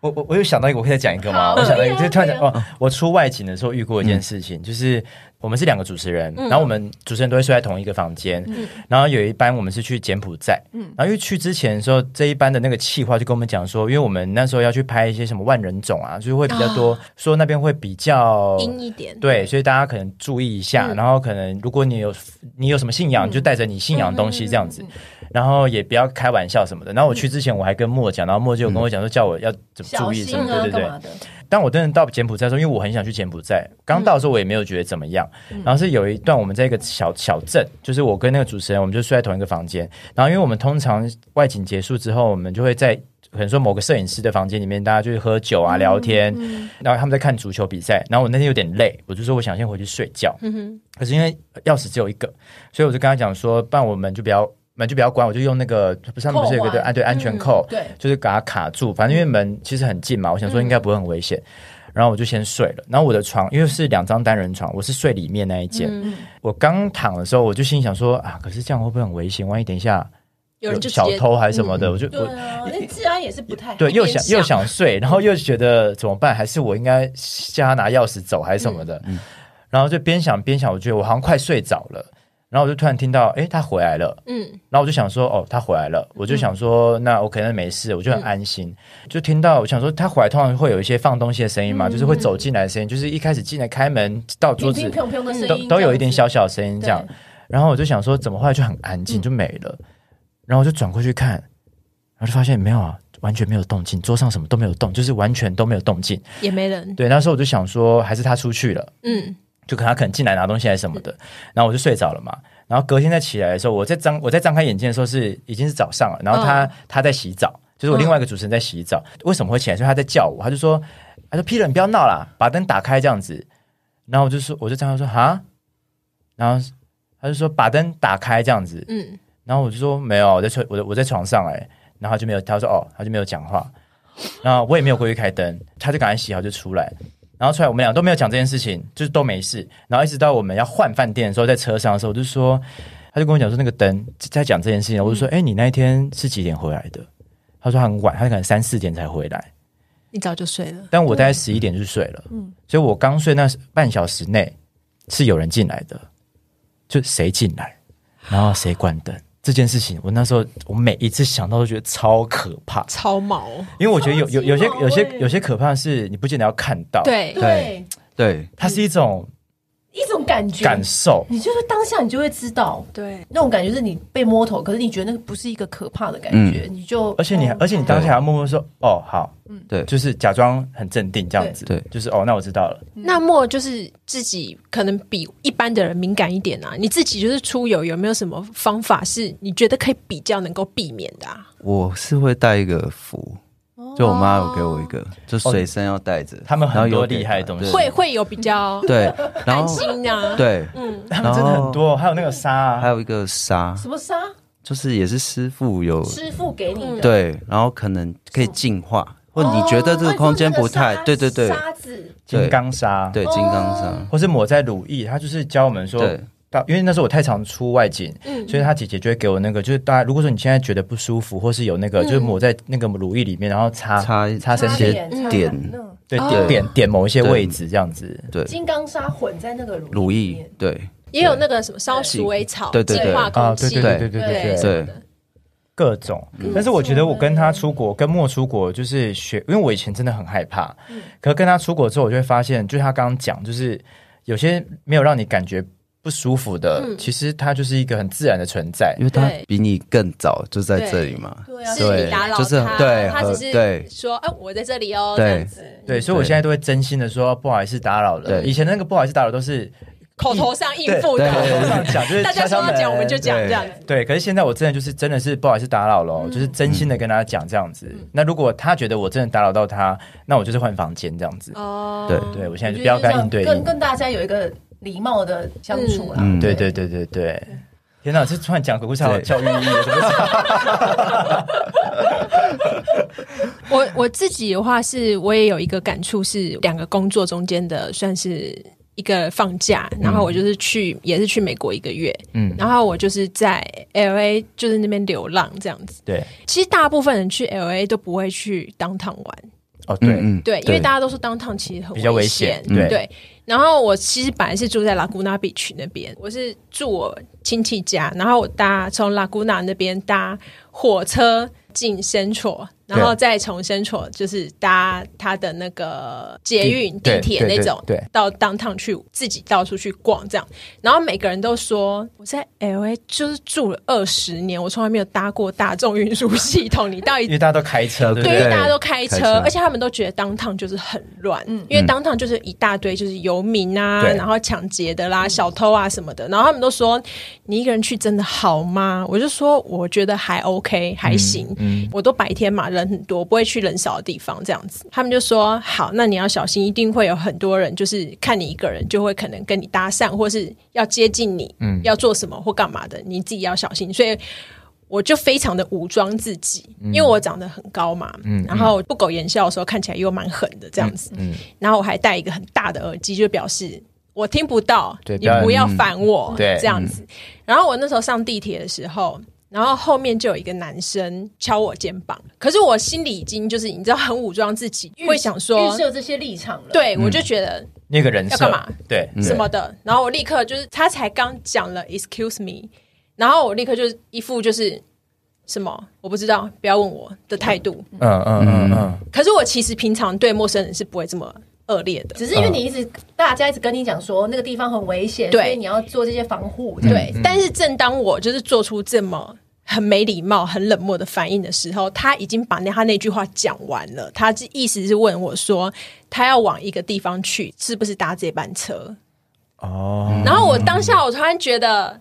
我我我有想到一个，我可以再讲一个吗？好我想到一个，可以啊就突然讲可以哦，我出外景的时候遇过一件事情，就是我们是两个主持人，然后我们主持人都会睡在同一个房间，然后有一班我们是去柬埔寨，然后因为去之前的时候，这一班的那个企划就跟我们讲说，因为我们那时候要去拍一些什么万人冢啊，就是会比较多，说那边会比较阴一点，对，所以大家可能注意一下，嗯然后可能如果你有你有什么信仰，就带着你信仰的东嗯西这样子，然后也不要开玩笑什么的。然后我去之前我还跟莫讲，然后莫就有跟我讲说叫我要怎么小注意心什么，啊，对干对对嘛。的？但我真的到柬埔寨的时候，因为我很想去柬埔寨，刚到的时候我也没有觉得怎么样。然后是有一段我们在一个小小镇，就是我跟那个主持人，我们就睡在同一个房间。然后因为我们通常外景结束之后，我们就会在可能说某个摄影师的房间里面，大家就去喝酒啊、聊天。然后他们在看足球比赛，然后我那天有点累，我就说我想先回去睡觉。可是因为钥匙只有一个，所以我就跟他讲说，不然我们就不要。门就不要关，我就用那个不是他们不是有一扣个环安对安全扣，对，就是给它卡住，反正因为门其实很近嘛，我想说嗯应该不会很危险，然后我就先睡了。然后我的床因为是两张单人床，我是睡里面那一间。嗯我刚躺的时候，我就心里想说啊，可是这样会不会很危险？万一等一下有人就直小接嗯偷还是什么的，我就对我啊，那治安也是不太好对，又联想想又想嗯睡，然后又觉得怎么办？还是我应该叫他拿钥匙走还是什么的？嗯然后就边想边想，我觉得我好像快睡着了。然后我就突然听到，诶，他回来了。嗯，然后我就想说，哦，他回来了。我就想说，那 OK，那没事，我嗯就很安心。就听到，我想说，他回来通常会有一些放东西的声音嗯嘛，就是会走进来的声音，就是一开始进来开门到桌乒子乒乓乓的声音都这样都有一点子小小的声音这样对。嗯然后我就想说，怎么后来就很安静，就没了。然后我就转过去看，然后就发现没有啊，完全没有动静，桌上什么都没有动，就是完全都没有动静。也没人。对，那时候我就想说，还是他出去了，嗯，就可能他可能进来拿东西还是什么的。然后我就睡着了嘛。然后隔天再起来的时候，我在张我在张开眼睛的时候是已经是早上了，然后他、他在洗澡，就是我另外一个主持人在洗澡。为什么会起来？所以他在叫我，他就说，他说 Peter 你不要闹啦，把灯打开这样子。然后我就说，我就这样说哈，然后他就说把灯打开这样子，嗯嗯，然后我就说没有，我在床我在我在床上哎、然后他就没有，他说哦，他就没有讲话，然后我也没有过去开灯，他就赶快洗好就出来，然后出来我们俩都没有讲这件事情，就是都没事，然后一直到我们要换饭店的时候，在车上的时候，我就说，他就跟我讲说那个灯在讲这件事情，我就说哎、你那一天是几点回来的？他说他很晚，他可能三四点才回来，你早就睡了，但我大概十一点就睡了，嗯所以我刚睡那半小时内是有人进来的，就谁进来，然后谁关灯这件事情，我那时候我每一次想到都觉得超可怕，超毛。因为我觉得有哦有有些超级毛有欸些有些可怕的是你不见得要看到，对，对对，它是一种一种感感觉，感嗯受。你就是当下你就会知道，对，那种感觉是你被摸头，可是你觉得那个不是一个可怕的感嗯觉，你就哦而且你还，而且你当下还要默默说：“哦，好。”哦对嗯就是假装很镇定这样子。对对就是哦，那我知道了。嗯那莫就是自己可能比一般的人敏感一点啊。你自己就是出游有没有什么方法是你觉得可以比较能够避免的、啊？我是会带一个符，就我妈有给我一哦个，就随身要带着。哦他们很然后有多给厉她害的东西对会会有比较 对，然安后心啊？，对，他们真的很多，还有那个沙还啊，有一个沙，什么杀就是也是师傅有师傅给你的，啊对，然后可能可以净化，或你觉得这个空间不太哦对，对对沙子金刚沙，，对，金刚砂，或是抹在乳液，他就是教我们说对。到，因为那时候我太常出外景，嗯所以他姐姐就会给我那个，就是大家如果说你现在觉得不舒服，或是有嗯那个，就是抹在那个乳液里面，然后擦擦擦身擦体，脸擦点嗯对哦点点点某一些位置这样子。对，金刚砂混在那个如乳里意面，对也有那个什么烧鼠尾草对对对净化啊，空对气对。对对对对对嗯对，各种。但是我觉得我跟他出国，跟莫出国就是学，因为我以前真的很害怕，嗯可是跟他出国之后，我就会发现，就是他刚刚讲，就是有些没有让你感觉不舒服的，嗯其实它就是一个很自然的存在因。为他对比你更早就在这里嘛，对啊，是你打扰他，就是对他只对是说：“哎、我在这里哦。”对这样子，对，所以我对现在都会真心的说不好意思打扰了。对以前那个不好意思打扰都 是口头上应付对对的，这样讲，就是 大家说敲敲要门讲我们就讲对这样子。对，可是现在我真的就是真的是不好意思打扰喽，就是真心的跟他讲这样子。那如果他觉得我真的打扰到他，那我就是换房间这样子。哦，对对我现我觉在得就不要这跟他样硬对跟硬。跟大家有一个礼貌的相处啊啦。嗯，对对对对对。天哪，这突然讲鬼故事好有 对教育意义哦，怎么讲？我我自己的话是，我也有一个感触是，两个工作中间的算是一个放假，然后我就是去、也是去美国一个月，嗯嗯，然后我就是在 L A 就是那边流浪这样子。对，其实大部分人去 L A 都不会去 downtown 玩，哦对，嗯嗯对，因为大家都说 downtown 其实很比较危险险，对对。然后我其实本来是住在拉古纳比区那边，我是住我亲戚家，然后我搭从拉古纳那边搭火车进深戳，然后对再从深戳就是搭他的那个捷运地地铁对对那种，对对到当趟去自己到处去逛这样。然后每个人都说我在 L A 就是住了二十年，我从来没有搭过大众运输系统，你到底因为大家都开车，对不对，因对为？大家都开车，开车而且他们都觉得当趟就是很乱，因为当趟就是一大堆就是游民啊，对然后抢劫的啦、小偷啊什么的，然后他们都说你一个人去真的好吗？我就说我觉得还 OK，还行，我都白天嘛，人很多，不会去人少的地方这样子。他们就说好，那你要小心，一定会有很多人就是看你一个人就会可能跟你搭讪，或是要接近你，要做什么或干嘛的，你自己要小心。所以我就非常的武装自己，嗯因为我长得很高嘛，然后不苟言笑的时候看起来又蛮狠的这样子，嗯然后我还戴一个很大的耳机，就表示我听不到，对你不要烦我，嗯对这样子。然后我那时候上地铁的时候。然后后面就有一个男生敲我肩膀，可是我心里已经就是你知道很武装自己，会想预说，设这些立场了，，对嗯我就觉得那个人要设干嘛，对，对什么的，然后我立刻就是他才刚讲了 “excuse me”，然后我立刻就是一副就是什么我不知道，不要问我的态度。嗯嗯嗯嗯，可是我其实平常对陌生人是不会这么恶劣的，只是因为你一直大家一直跟你讲说那个地方很危险，嗯对嗯所以你要做这些防护，这样对。但是正当我就是做出这么很没礼貌、很冷漠的反应的时候，他已经把那他那句话讲完了，他是意思是问我说他要往一个地方去，是不是搭这班车？哦，然后我当下我突然觉得。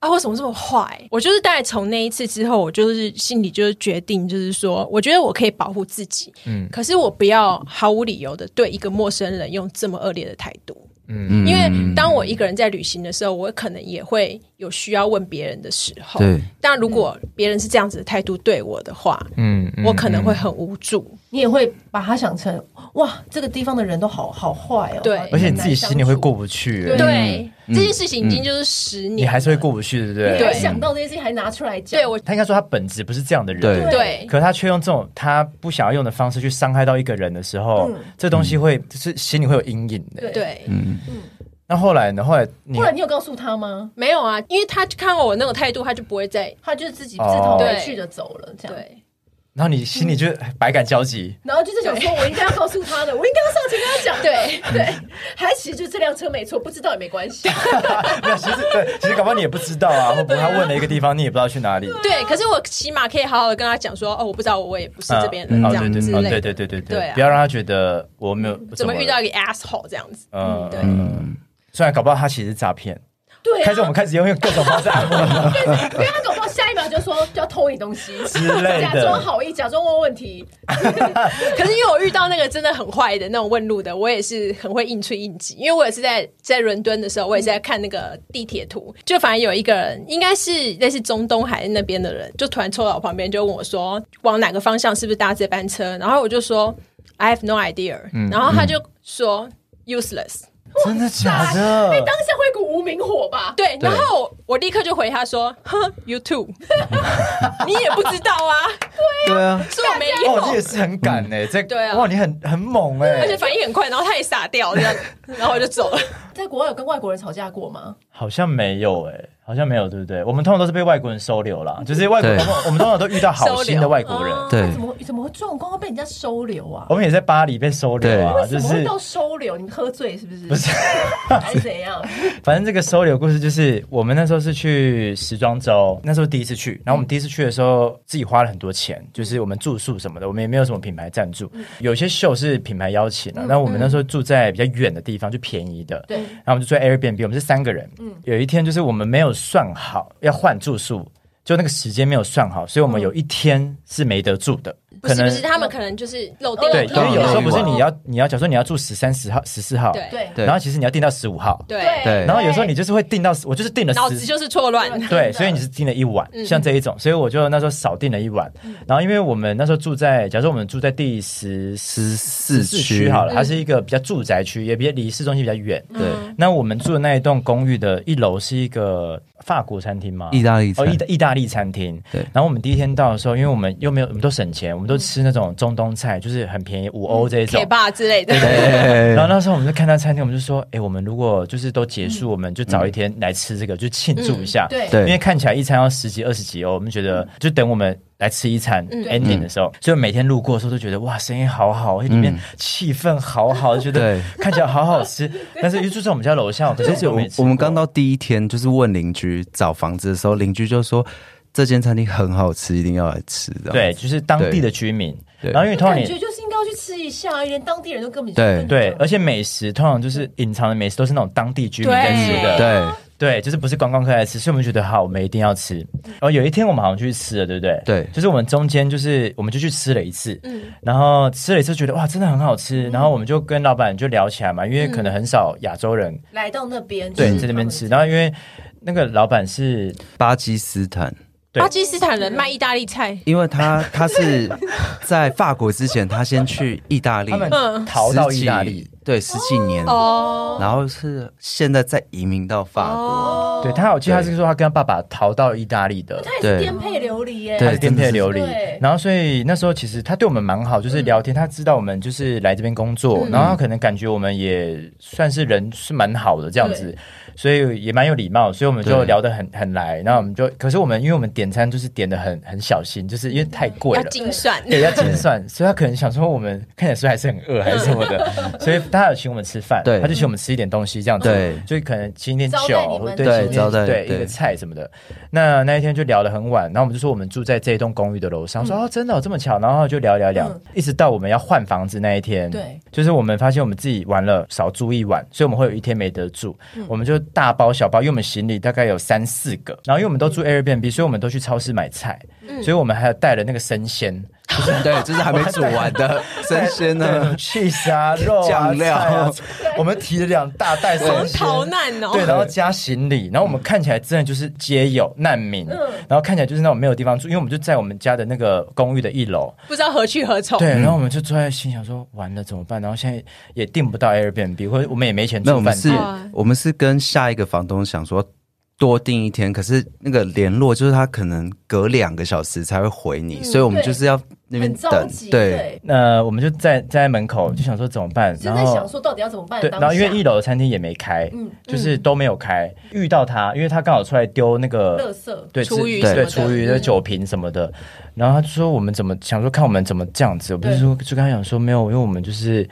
啊，为什么这么坏？我就是大概从那一次之后，我就是心里就是决定，就是说，我觉得我可以保护自己，嗯，可是我不要毫无理由的对一个陌生人用这么恶劣的态度，嗯，因为当我一个人在旅行的时候，我可能也会有需要问别人的时候，对。但如果别人是这样子的态度对我的话，嗯，我可能会很无助，你也会把它想成哇，这个地方的人都好好坏哦，对好而且你自己心里会过，不去，哎对，嗯这件事情已经就是十年了，你还是会过不去，对不很难相处你对？还想到这些事情还拿出来讲，对我，他应该说他本质不是这样的人，对对，可他却用这种他不想要用的方式去伤害到一个人的时候，这东西会就是心里会有阴影的。对对，那后来呢？后来你后来你有告诉他吗？没有啊，因为他看到我那种态度，他就不会再他就是自己自讨哦没趣的走了，这样。对。然后你心里就百感交 集。然后就是想说，我应该要告诉他的，我应该要上前跟他讲。对对，还其实就这辆车没错，不知道也没关系。没有，其实对，其实搞不好你也不知道啊，或不他问了一个地方，你也不知道去哪里。啊对，可是我起码可以好好的跟他讲说，哦，我不知道，我也不是这边人，嗯哦这样对之对哦类的。对对对对对啊嗯不要让他觉得我没有怎么遇到了一个 asshole 这样子？嗯对嗯，虽然搞不好他其实是诈骗，对啊，开始我们开始用各种方式安慰你。因为他搞不好下一秒就说就要偷你东西之类的假装好意，假装问问题。可是因为我遇到那个真的很坏的那种问路的，我也是很会应催应急。因为我也是在在伦敦的时候，我也是在看那个地铁图，就反正有一个人应该是类似中东海那边的人，就突然凑到我旁边就问我说哎往哪个方向是不是搭这班车，然后我就哎说 I have no idea，、然嗯后他就说 useless。 真的 假的？啊哎，当下会一股无名火吧？对，对然后我我立刻就回他说：“哼，you too，你也不知道啊，对啊，所以我没哦，你也有。是很敢哎，这对啊哇，你很很猛哎，而且反应很快，然后他也傻掉这样，然后我就走了。在国外有跟外国人吵架过吗？好像没有哎、好像没有，对不对？我们通常都是被外国人收留啦，就是外国人，对我们我们通常都遇到好心的外国收人。留哦对那怎么怎么会状况会被人家收留啊我？们也在巴黎被收留啊，就怎么会是到收留？你喝醉是不是？不是，还是怎样？反正这个收留故事就是我们那时候是去时装周，那时候第一次去，然后我们第一次去的时候自己花了很多钱，就是我们住宿什么的，我们也没有什么品牌赞助，嗯有些秀是品牌邀请啊的，那我们那时候住在比较远的地方，就便宜的，对，然后我们就住在 Airbnb，我们是三个人。嗯有一天就是我们没有算好要换住宿，就那个时间没有算好，所以我们有一天是没得住的。嗯不是不是，他们可能就是漏订了对，因地为方。有时候嗯不是你要你要假如说你要住十三、十号、十四号，对对对然后其实你要订到十五号，对，对然后有时候你就是会订到，我就是订了脑十子就是错乱。对，所以你是订了一晚，像这一种，所以我就那时候少订了一晚。然后因为我们那时候住在，假设我们住在第十十四四区区好了，它是一个比较住宅区，也比较离市中心比较远。对，那我们住的那一栋公寓的一楼是一个法国餐厅吗？意大利哦，餐意大意大利餐厅。对然后我们第一天到的时候，因为我们又没有，我们都省钱，我们都吃那种中东菜，就是很便宜，五欧这一种 铁。霸之类的，对然后那时候我们就看到餐厅，我们就说，哎，我们如果就是都结束，我们就找一天来吃这个，就庆祝一下。嗯对对因为看起来一餐要十几二十几欧，我们觉得就等我们来吃一餐 ending 的时候，所以每天路过的时候都觉得哇，生意好好，里面气氛好好，觉得对看起来好好吃。但是因为就在我们家楼下，可而是且啊我我我们刚到第一天，就是问邻居找房子的时候，邻居就说这间餐厅很好吃，一定要来吃。这样对，，就是当地的居民。对然后因为通常感觉你就是应该要去吃一下，连当地人都根本就对跟你对，而且且美食通常就是隐藏的美食都是那种当地居民在吃的，对对，就是不是观光客来吃，所以我们觉得好，我们一定要吃。然后有一天我们好像去吃了，对不对？对就是我们中间就是我们就去吃了一次，嗯然后吃了一次觉得哇，真的很好吃，然后我们就跟老板就聊起来嘛，因嗯为可能很少亚洲人来到那边对在那边吃，，然后因为那个老板是巴基斯坦，对巴基斯坦人卖意大利菜，因为他 他是在法国之前，他先去意大利他，们逃到意大利十。几，对，十几年，哦然后是现在再移民到法国，哦，对他，我记得他是说他跟他爸爸逃到意大利的，哦他也是对颠沛流离耶，对他是颠沛流离对。然后所以那时候其实他对我们蛮好，就是聊天，他知道我们就是来这边工作，然后他可能感觉我们也算是人是蛮好的这样子，所以也蛮有礼貌，所以我们就对聊得很很来。然后我们就，可是我们因为我们点餐就是点的很很小心，就是因为太贵要了。精算。对，要精 算，所以他可能想说我们看起来是不是还是很饿还是什 么的，所以他有请我们吃饭，对他就请我们吃一点东西这样子，对就可能请一点招待你酒，们对，对请一点招待对对一个菜什么的。那那一天就聊得很晚，然后我们就说我们住在这一栋公寓的楼上，我说哦真的、哦、这么巧，然后就聊聊聊嗯，一直到我们要换房子那一天，对，就是我们发现我们自己玩了少住一晚，所以我们会有一天没得住，嗯我们就大包小包，因为我们行李大概有三四个，然后因为我们都住 Airbnb，所以我们都去超市买菜，嗯所以我们还有带了那个生鲜。 对，就是还没煮完 的生鲜呢。气啊、肉啊、酱料菜啊我们提了两大袋生好 鲜。逃难哦！对，然后加行李，然后我们看起来真的就是街友难民，嗯然后看起来就是那种没有地方住，因为我们就在我们家的那个公寓的一楼，不知道何去何哦从。嗯对，然后我们就坐在心想说完了怎么办？然后现在也订不到 Airbnb，或者我们也没钱那我住们饭是店，哦，我们是跟下一个房东想说多订一天，可是那个联络就是他可能隔两个小时才会回你，所以我们对就是要那边很着等急，，对，嗯对，那呃我们就站站在门口，就想说怎么办，就然在想后。说到底要怎么办。对，当然后因为下一楼的餐厅也没开，嗯就是都没有开。遇到他，因为他刚好出来丢那个垃圾，对厨余是对什么的厨余嗯的酒瓶什么的，然后他就说我们怎么想说看我们怎么这样子，我不是对说就跟他讲说没有，因为我们就是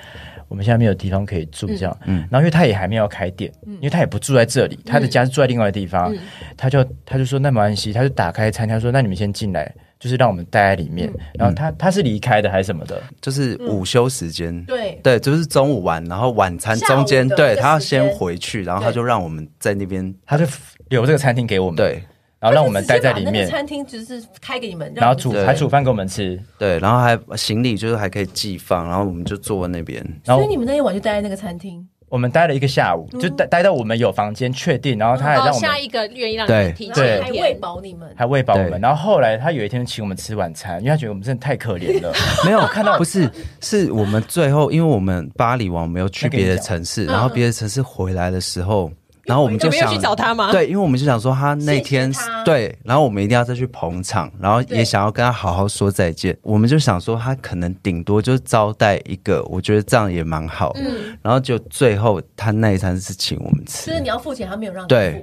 我们现在没有地方可以住这样，嗯然后因为他也还没有开店，嗯因为他也不住在这里，他的家是住在另外的地方，他就他就说那没关系，他就打开餐厅他说那你们先进来，就是让我们待在里嗯面，然后他他是离开的还是什么的，就是午休时间，对对，就是中午完，然后晚餐下午中间，的对这他要时间先回去，然后他对就让我们在那边，他就留这个餐厅给我们，对然后让我们待在里他就直接把那面个，餐厅只是开给你们，然让后你们煮对还煮饭给我们吃，对，然后还行李就是还可以寄放，然后我们就坐在那边，然所后以你们那一晚就待在那个餐厅，我们待了一个下午，就待待到我们有房间确定，然后他还嗯让然我后哦们下一个愿意让你对们提然后对前还一喂天，饱你们。还喂饱我们。对然后后来他有一天请我们吃晚餐，因为他觉得我们真的太可怜 了。没有看到，不是，是我们最后，因为我们巴黎完，我们又去那个你别的讲城市，然后别的城市回来的时候，然后我们就你们想又去找他吗对，因为我们就想说他那天谢谢他对，然后我们一定要再去捧场，然后也对想要跟他好好说再见。我们就想说他可能顶多就招待一个，我觉得这样也蛮好。嗯，然后就最后他那一餐是请我们吃就，是你要付钱，他没有让你对付，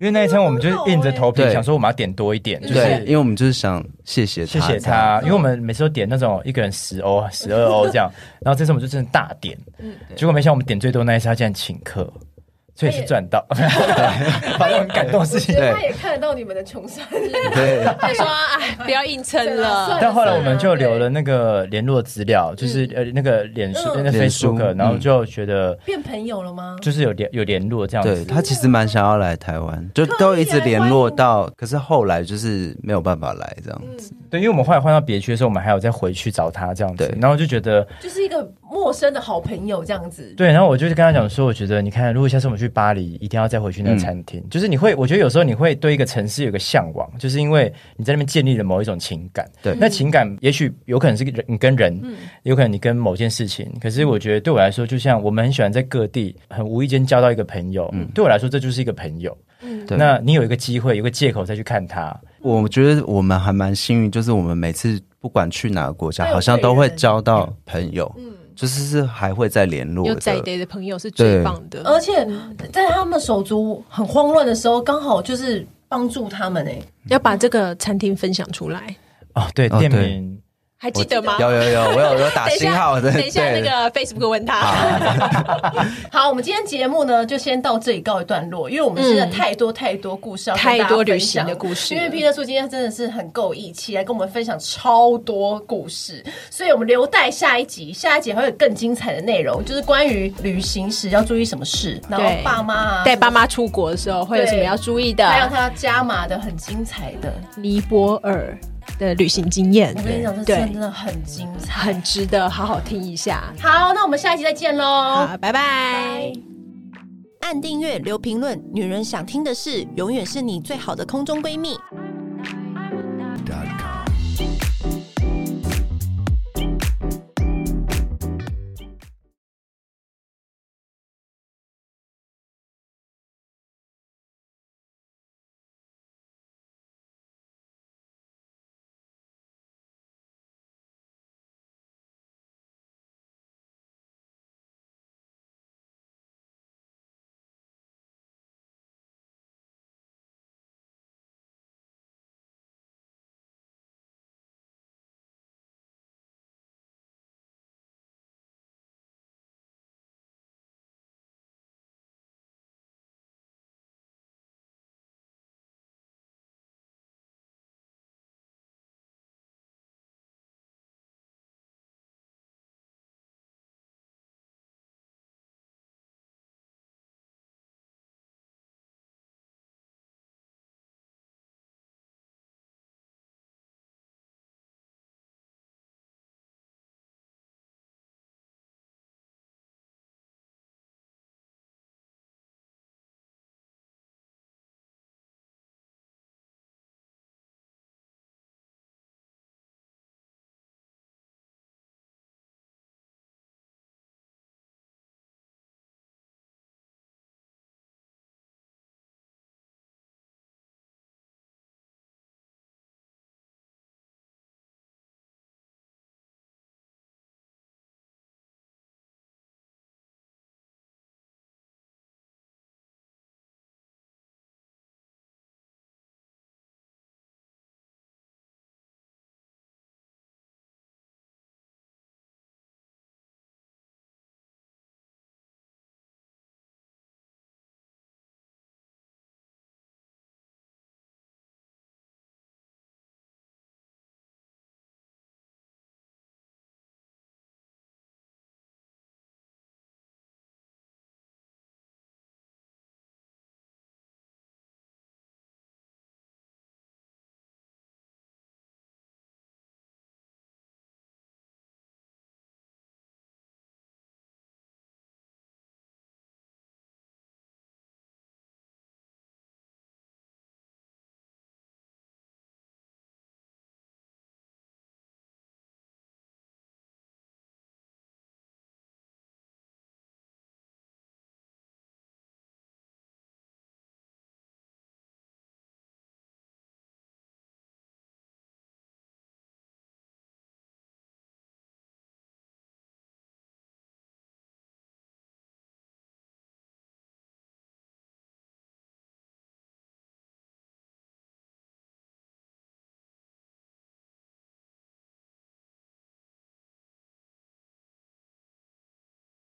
因为那一餐我们就是硬着头皮对想说我们要点多一点，就对，因是为我们就是想谢谢他，谢谢这他，样因为我们每次都点那种一个人十欧、十二 欧这样，然后这次我们就真的大点，嗯结果没想到我们点最多那一次他竟然请客，所以是赚到， 反正很感动的事情所。以哎对他也看得到你们的 穷酸。对，他说哎，不要硬撑对啦算了了。但后来我们就留了那个联络资料，就是呃那个脸书、嗯那个脸书 Facebook，然后嗯就觉得变朋友了吗？就是有联有联络这样对子。他其实蛮想要来台湾，就都一直联络到，可是后来就是没有办法来这样嗯子。对，因为我们后来换到别区的时候，我们还有再回去找他这样子对，然后就觉得就是一个陌生的好朋友这样子。对，然后我就是跟他讲说，我觉得你看，如果下次我们去巴黎，一定要再回去那嗯个餐厅。就是你会，我觉得有时候你会对一个城市有个向往，就是因为你在那边建立了某一种情感。对那情感也许有可能是人，你跟人，有可能你跟某件事情。可是我觉得对我来说，就像我们很喜欢在各地很无意间交到一个朋友，对我来说这就是一个朋友。嗯对，那你有一个机会，有一个借口再去看他，我觉得我们还蛮幸运，就是我们每次不管去哪个国家，都有好像都会交到朋友，嗯就是是还会再联络有在的。地的朋友是最对棒的，而且在他们手足很慌乱的时候，刚好就是帮助他们哎、要把这个餐厅分享出来，哦，对，哦店对名。还记得吗？有有有，我有有 打等一星号下，的，等一下那对个 Facebook 问他。好，我们今天节目呢就先到这里告一段落，因为我们现在太多太多故事要跟大家太多分旅行享的故事因了为 Peter 叔今天真的是很够义气，来跟我们分享超多故事，所以我们留待下一集，下一集还会有更精彩的内容，就是关于旅行时要注意什么事，然后对爸妈啊，带爸妈出国的时候会有什么要注意的？还有他加码的很精彩的，尼泊尔的旅行经验我，跟你讲，这对真的很精彩。很值得好好听一下。好，那我们下一集再见喽，好，拜拜。按订阅，留评论，女人想听的事，永远是你最好的空中闺蜜。